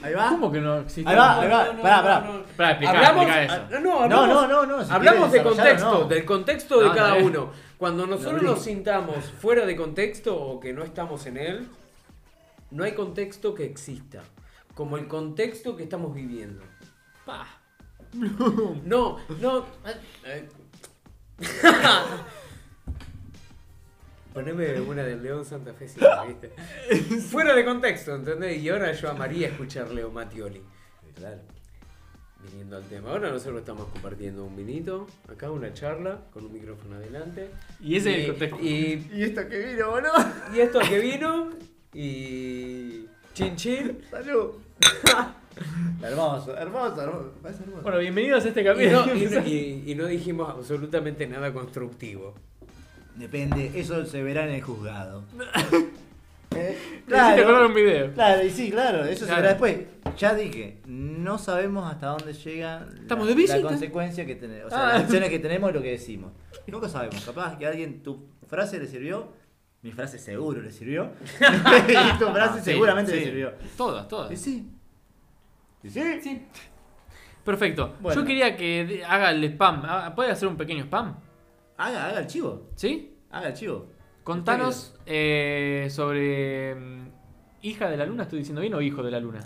S2: Ahí va.
S3: ¿Cómo que no existe?
S2: Ahí va, ahí va.
S4: No, no,
S2: Pará,
S4: no,
S2: pará.
S4: no, no.
S3: Pará, explica,
S4: hablamos,
S3: explica eso.
S4: ah, no,
S2: No,
S4: hablamos-
S2: no, no, no, si
S4: hablamos de
S2: quieres desarrollarlo,
S4: contexto,
S2: no. eh.
S4: del contexto
S3: No,
S4: de
S3: está
S4: cada
S3: bien.
S4: uno. Cuando nosotros
S2: abrí.
S4: nos sintamos fuera de contexto o que no estamos en él, no hay contexto que exista. Como el contexto que estamos viviendo. Pa. No, no. eh, Poneme una del León Santa Fe, si la viste. Fuera de contexto, ¿entendés? Y ahora yo amaría escuchar Leo Matioli. Claro. Viniendo al tema. Ahora nosotros estamos compartiendo un vinito, acá una charla, con un micrófono adelante.
S3: Y ese es el contexto.
S4: Y,
S2: ¿Y esto que vino, boludo?
S4: y esto que vino, y. Chin chin.
S2: Salud. hermoso, hermoso, hermoso. Parece hermoso.
S3: Bueno, bienvenidos a este
S4: Y
S3: capítulo.
S4: no, y no- y- y no dijimos absolutamente nada constructivo.
S2: Depende, eso se verá en el juzgado. Eh,
S3: Me hiciste acordar un video.
S2: Claro, y sí, claro, eso se
S3: Claro.
S2: verá después. Ya dije, no sabemos hasta dónde llega
S3: Estamos
S2: la,
S3: de visita.
S2: la consecuencia que tenemos, o sea,
S3: Ah.
S2: las acciones que tenemos y lo que decimos. Nunca sabemos, capaz que a alguien tu frase le sirvió, mi frase seguro le sirvió, y tu frase
S3: Ah, Sí,
S2: Ah, seguramente
S3: sí.
S2: le sirvió.
S3: Todas,
S2: Y
S3: todas.
S2: sí. Y sí.
S3: Perfecto.
S2: Bueno.
S3: Yo quería que de- haga el spam. Ah, ¿Puede hacer un pequeño spam?
S2: Haga, haga el chivo,
S3: ¿Sí?
S2: haga el chivo.
S3: Contanos eh, sobre mm, hija de la luna, estoy diciendo bien, o hijo de la luna.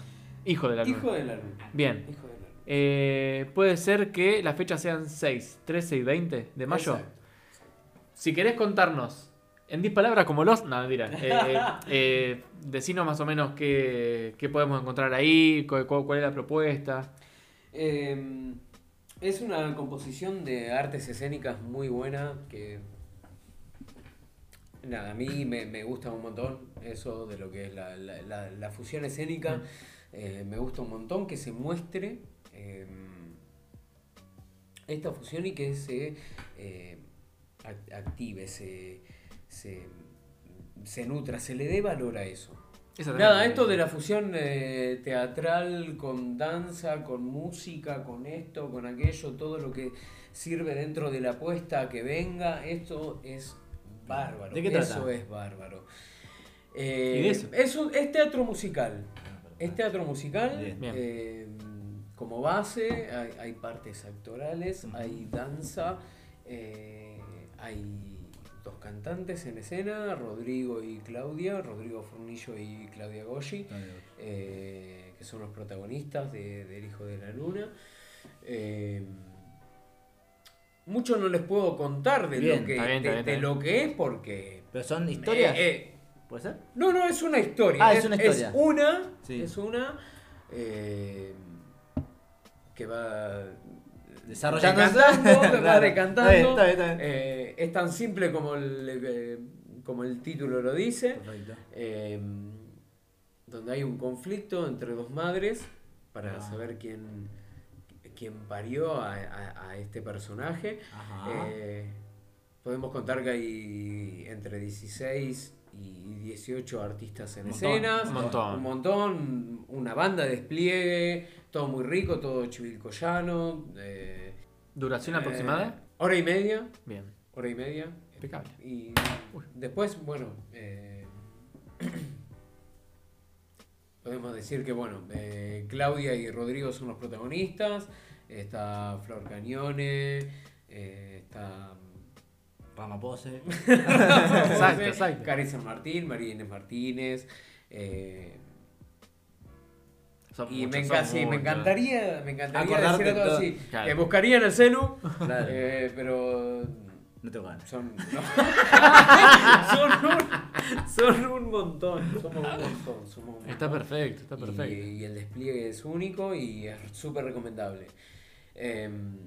S3: Hijo de la luna.
S4: Hijo de la luna.
S3: Bien.
S4: Hijo de la luna.
S3: Eh, puede ser que las fechas sean 6, 13 y 20 de mayo.
S4: Exacto.
S3: Si querés contarnos en 10 palabras como los... No, mentira. Eh, eh, eh, decinos más o menos qué, qué podemos encontrar ahí, cu- cu- cuál es la propuesta.
S4: Eh, es una composición de artes escénicas muy buena que... Nada, a mí me, me gusta un montón eso de lo que es la, la- la- la fusión escénica. Eh, me gusta un montón que se muestre eh, esta fusión y que se eh, ac- active, se, se, se nutra, se le dé valor a eso.
S3: Esa también
S4: Nada,
S3: es-
S4: esto de la fusión eh, teatral con danza, con música, con esto, con aquello, todo lo que sirve dentro de la apuesta que venga, esto es bárbaro.
S2: ¿De qué trata?
S4: Eso es bárbaro. Eh,
S3: ¿Y de eso?
S4: Es, un- es teatro musical. Es teatro musical.
S2: Bien.
S3: Bien.
S4: eh, como base hay, hay partes actorales, hay danza, eh, hay dos cantantes en escena, Rodrigo y Claudia, Rodrigo Fornillo y Claudia Goschi, eh, que son los protagonistas de, del Hijo de la Luna. Eh, mucho no les puedo contar de,
S2: Bien,
S4: lo, que,
S3: está bien, está
S4: de-
S3: bien, está
S4: de
S3: bien.
S4: lo que es porque...
S2: Pero son historias,
S4: Eh, eh,
S2: ¿puede ser?
S4: no, no, es una historia.
S2: Ah, es una historia.
S4: Es una.
S2: Sí.
S4: Es una. eh, que va.
S2: Desarrollándose.
S4: Decantando, que va
S2: Claro.
S4: decantando.
S2: Está bien, está bien, está bien.
S4: Eh, es tan simple como el, eh, como el título lo dice.
S2: Perfecto.
S4: eh, donde hay un conflicto entre dos madres para
S2: Ah.
S4: saber quién, quién parió a, a- a este personaje.
S2: Ajá.
S4: Eh, podemos contar que hay entre 16 y 18 artistas en
S3: Un montón,
S4: escenas.
S3: un montón.
S4: Un montón, una banda de despliegue, todo muy rico, todo chivilcoyano. eh,
S3: ¿Duración
S4: eh,
S3: aproximada?
S4: hora y media,
S3: Bien.
S4: hora y media.
S3: Impecable.
S4: Y
S3: Uy.
S4: después, bueno, eh, podemos decir que, bueno, eh, Claudia y Rodrigo son los protagonistas. Está Flor Cañone, eh, está
S2: Ramapose.
S3: Exacto,
S4: José,
S3: exacto.
S4: Karin San Martín, María Inés Martínez. eh,
S3: Son
S4: y me,
S3: muchos,
S4: enca-
S3: son
S4: sí, me
S3: muchos.
S4: encantaría, me encantaría
S2: Acordarte
S4: decir algo
S2: todo.
S4: así.
S3: Claro.
S4: Eh, buscaría en el celu,
S2: Claro.
S4: eh, pero
S2: No tengo ganas.
S4: son, no. son, un, son un montón, somos un montón. Somos un montón.
S3: Está perfecto, está perfecto.
S4: Y, y el despliegue es único y es súper recomendable. Em,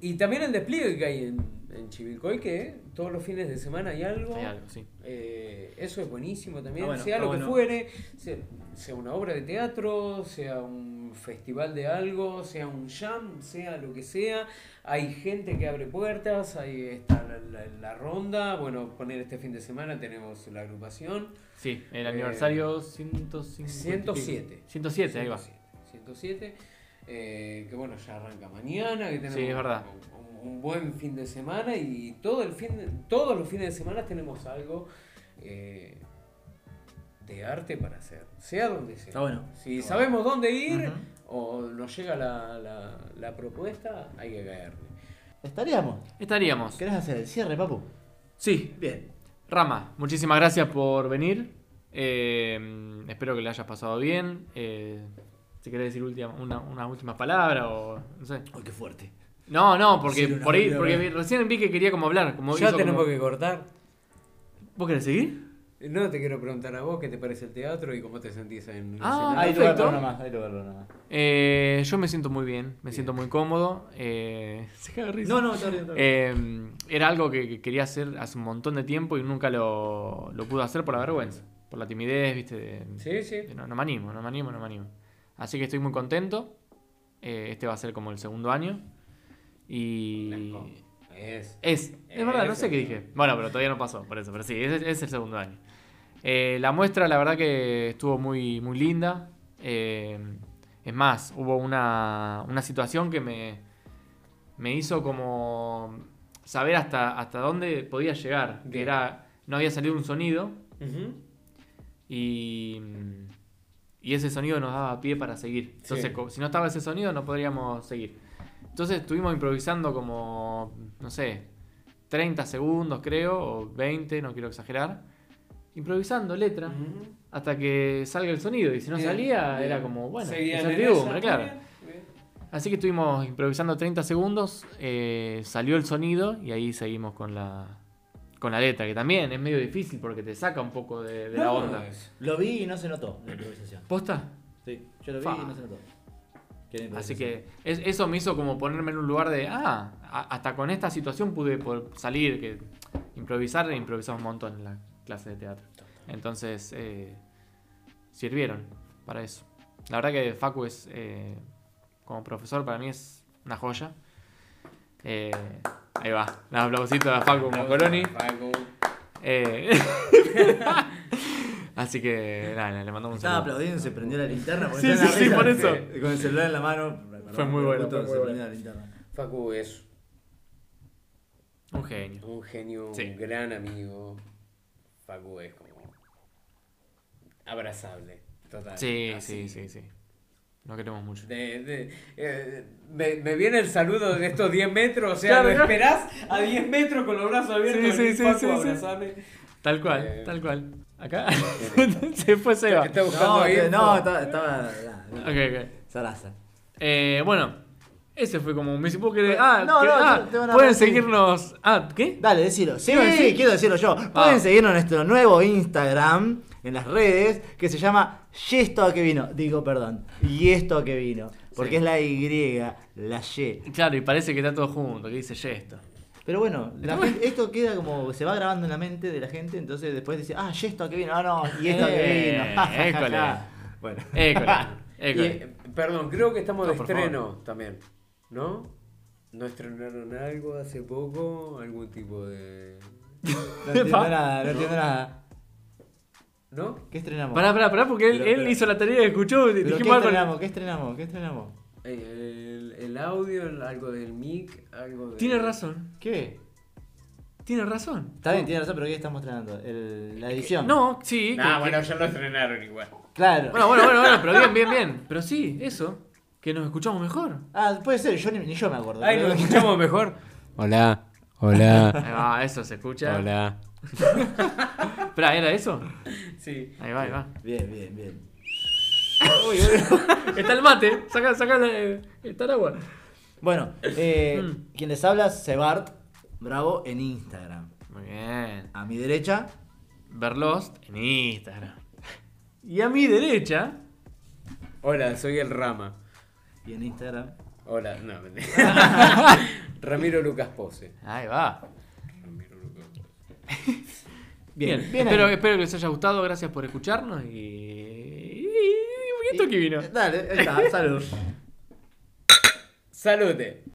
S4: Y también el despliegue que hay en, en Chivilcoy, que todos los fines de semana hay algo.
S3: Hay algo, sí.
S4: Eh, eso es buenísimo también,
S2: Ah, bueno,
S4: sea
S2: está
S4: lo que
S2: bueno.
S4: fuere, sea, sea una obra de teatro, sea un festival de algo, sea un jam, sea lo que sea. Hay gente que abre puertas, ahí está la, la- la ronda. Bueno, poner este fin de semana tenemos la agrupación.
S3: Sí, el
S4: Eh,
S3: aniversario 105
S4: 107.
S3: 107, ahí va.
S4: 107. eh, que bueno, ya arranca mañana, que tenemos
S3: Sí, es verdad.
S4: Un, un buen fin de semana y todo el fin de- todos los fines de semana tenemos algo eh, de arte para hacer, sea donde sea.
S2: Está bueno.
S4: Si
S2: Está
S4: sabemos dónde ir
S3: Ujú.
S4: o nos llega la, la- la propuesta, hay que caerle.
S2: Estaríamos.
S3: Estaríamos.
S2: ¿Querés hacer el cierre, papu?
S3: Sí,
S2: Bien.
S3: Rama, muchísimas gracias por venir. Eh, espero que le hayas pasado bien. Eh, si querés decir última, una, una última palabra o no sé.
S2: Ay, qué fuerte.
S3: No, no, porque
S2: Sí, una
S3: por ahí,
S2: buena
S3: porque
S2: vez.
S3: recién vi que quería como hablar. Como
S4: ya
S3: hizo
S4: tenemos
S3: como-
S4: que cortar.
S3: ¿Vos querés seguir?
S4: Eh, No te quiero preguntar a vos qué te parece el teatro y cómo te sentís en el
S3: Ah,
S4: escenario.
S2: Hay lugar
S3: perfecto.
S2: para una más, hay lugar para una más.
S3: Eh, yo me siento muy bien, me
S4: Bien.
S3: siento muy cómodo. Eh, se caga de risa.
S2: No, no, está bien, está bien.
S3: Eh, era algo que, que quería hacer hace un montón de tiempo y nunca lo, lo pude hacer por la vergüenza, por la timidez, viste. de-
S4: Sí, sí.
S3: Eh, No, no me animo, no me animo, no me animo. Así que estoy muy contento. Eh, este va a ser como el segundo año. Y.
S4: Blanco. Es.
S3: Es, es
S4: Eh,
S3: verdad, no
S4: es
S3: sé
S4: el
S3: qué
S4: segundo.
S3: dije. Bueno, pero todavía no pasó, por eso. Pero sí, es, es el segundo año. Eh, la muestra, la verdad que estuvo muy, muy linda. Eh, es más, hubo una, una situación que me, me hizo como saber hasta, hasta dónde podía llegar. Que
S4: Bien.
S3: era, no había salido un sonido,
S4: Ujú.
S3: y, y ese sonido nos daba pie para seguir. Entonces,
S4: Sí.
S3: co- si no estaba ese sonido, no podríamos seguir. Entonces estuvimos improvisando como, no sé, 30 segundos creo, o 20, no quiero exagerar. Improvisando letra
S4: Ujú.
S3: hasta que salga el sonido. Y si no
S4: Bien,
S3: salía,
S4: bien.
S3: era como, bueno,
S4: Seguían en
S3: incertidumbre,
S4: esa,
S3: claro.
S4: bien, bien.
S3: Así que estuvimos improvisando 30 segundos, eh, salió el sonido y ahí seguimos con la, con la letra, que también es medio difícil porque te saca un poco de, de la
S4: No,
S3: onda.
S4: es-
S2: Lo vi y no se notó la improvisación.
S3: ¿Posta?
S2: Sí, yo lo vi
S3: Fa.
S2: y no se notó. Qué improvisación.
S3: Así que es- eso me hizo como ponerme en un lugar de, ah, a- hasta con esta situación pude por salir, que improvisar, improvisamos un montón en la clase de teatro. Entonces, eh, sirvieron para eso. La verdad que Facu es, eh, como profesor, para mí es una joya. Eh, ahí va, un aplausito a Facu Mocoroni.
S4: Paco.
S3: Eh, Así que, nada, le mandamos un
S2: Estaba
S3: saludo.
S2: aplaudiendo y se prendió la linterna. porque
S3: Sí,
S2: estaba
S3: sí, sí,
S2: arriba,
S3: por eso.
S2: Con el celular en la mano.
S3: Fue muy bueno,
S2: Justo
S3: fue muy
S2: se
S3: bueno.
S2: prendió la linterna.
S4: Facu es
S3: Un genio.
S4: un genio,
S3: Sí.
S4: un gran amigo. Facu es como abrazable, total.
S3: Sí,
S4: así.
S3: sí, sí, sí. No queremos mucho.
S4: De- de- eh, me, me viene el saludo de estos 10 metros, o sea,
S3: Claro,
S4: lo
S3: claro.
S4: esperás a 10 metros con los brazos abiertos.
S3: Sí,
S4: Sí,
S3: sí, sí,
S4: Facu,
S3: sí, sí.
S4: abrazame.
S3: Tal cual,
S4: Eh,
S3: tal cual. Acá se fue Seba.
S4: Está buscando
S2: No,
S4: ahí.
S2: que- no, estaba. estaba la-
S3: Ok,
S2: la-
S3: ok.
S2: Sarasa.
S3: Eh, bueno, ese fue como un mis- ¿Vos querés- Ah,
S2: No,
S3: que-
S2: no,
S3: ah,
S2: te- te van a
S3: pueden
S2: decir.
S3: seguirnos. Ah, ¿qué?
S2: Dale, decilo. Sí,
S3: Sí. Ah.
S2: sí, quiero decirlo yo. Pueden seguirnos en nuestro nuevo Instagram, en las redes, que se llama Y esto a que vino. Digo, perdón. Y esto a que vino. Porque
S3: Sí.
S2: es la Y, la Y.
S3: Claro, y parece que está todo junto, que dice Yesto.
S2: Pero bueno, la gente- esto queda como se va grabando en la mente de la gente, entonces después dice, ah, y esto a que vino. Ah, no, y esto a
S3: Eh,
S2: que vino. Ja, ja,
S3: école.
S2: ja. bueno.
S3: École, école.
S4: Y, eh, perdón, creo que estamos
S3: No,
S4: de
S3: por favor.
S4: estreno también, ¿no? ¿No estrenaron algo hace poco? ¿Algún tipo de...?
S2: No entiendo nada, no entiendo nada.
S4: ¿No?
S2: ¿Qué estrenamos?
S3: Pará, pará, pará, porque él,
S2: Pero-
S3: él
S2: pero-
S3: hizo la tarea, escuchó,
S2: ¿Pero
S3: y
S2: ¿Qué
S3: dijimos algo.
S2: estrenamos? ¿Qué estrenamos? ¿Qué estrenamos?
S4: Eh, El, el audio, el- algo del mic, algo de...
S3: Tiene razón,
S2: ¿Qué?
S3: tiene razón.
S2: Está bien, tiene razón, pero ¿qué estamos estrenando? El- la edición.
S3: No, sí.
S4: Ah,
S3: que-
S4: bueno, ya lo estrenaron igual.
S2: Claro.
S3: que- bueno, bueno, bueno, bueno, pero bien, bien, bien. Pero sí, eso, que nos escuchamos mejor.
S2: Ah, puede ser, yo ni, ni yo me acuerdo.
S4: Ay,
S2: Pero-
S4: nos escuchamos mejor. Hola, hola,
S3: Ahí va, eso se escucha.
S4: hola.
S3: Espera, ¿era eso?
S4: Sí.
S3: Ahí va, ahí va.
S2: Bien, bien, bien.
S3: Está el mate, saca, saca la, eh, está el agua.
S2: Bueno, eh,
S3: Mm.
S2: quien les habla, Sebart Bravo en Instagram.
S3: Muy bien.
S2: A mi derecha,
S3: Verlost en Instagram. Y a mi derecha,
S4: Hola, soy el Rama.
S2: y en Instagram,
S4: Hola, no, mentira. Ramiro Lucas Pose.
S3: Ahí va.
S4: Ramiro Lucas Pose.
S3: Bien,
S2: bien
S3: espero,
S2: ahí.
S3: espero que les haya gustado. Gracias por escucharnos. Y. y- y- y- esto que vino.
S2: Dale, ahí está, salud.
S4: Salute.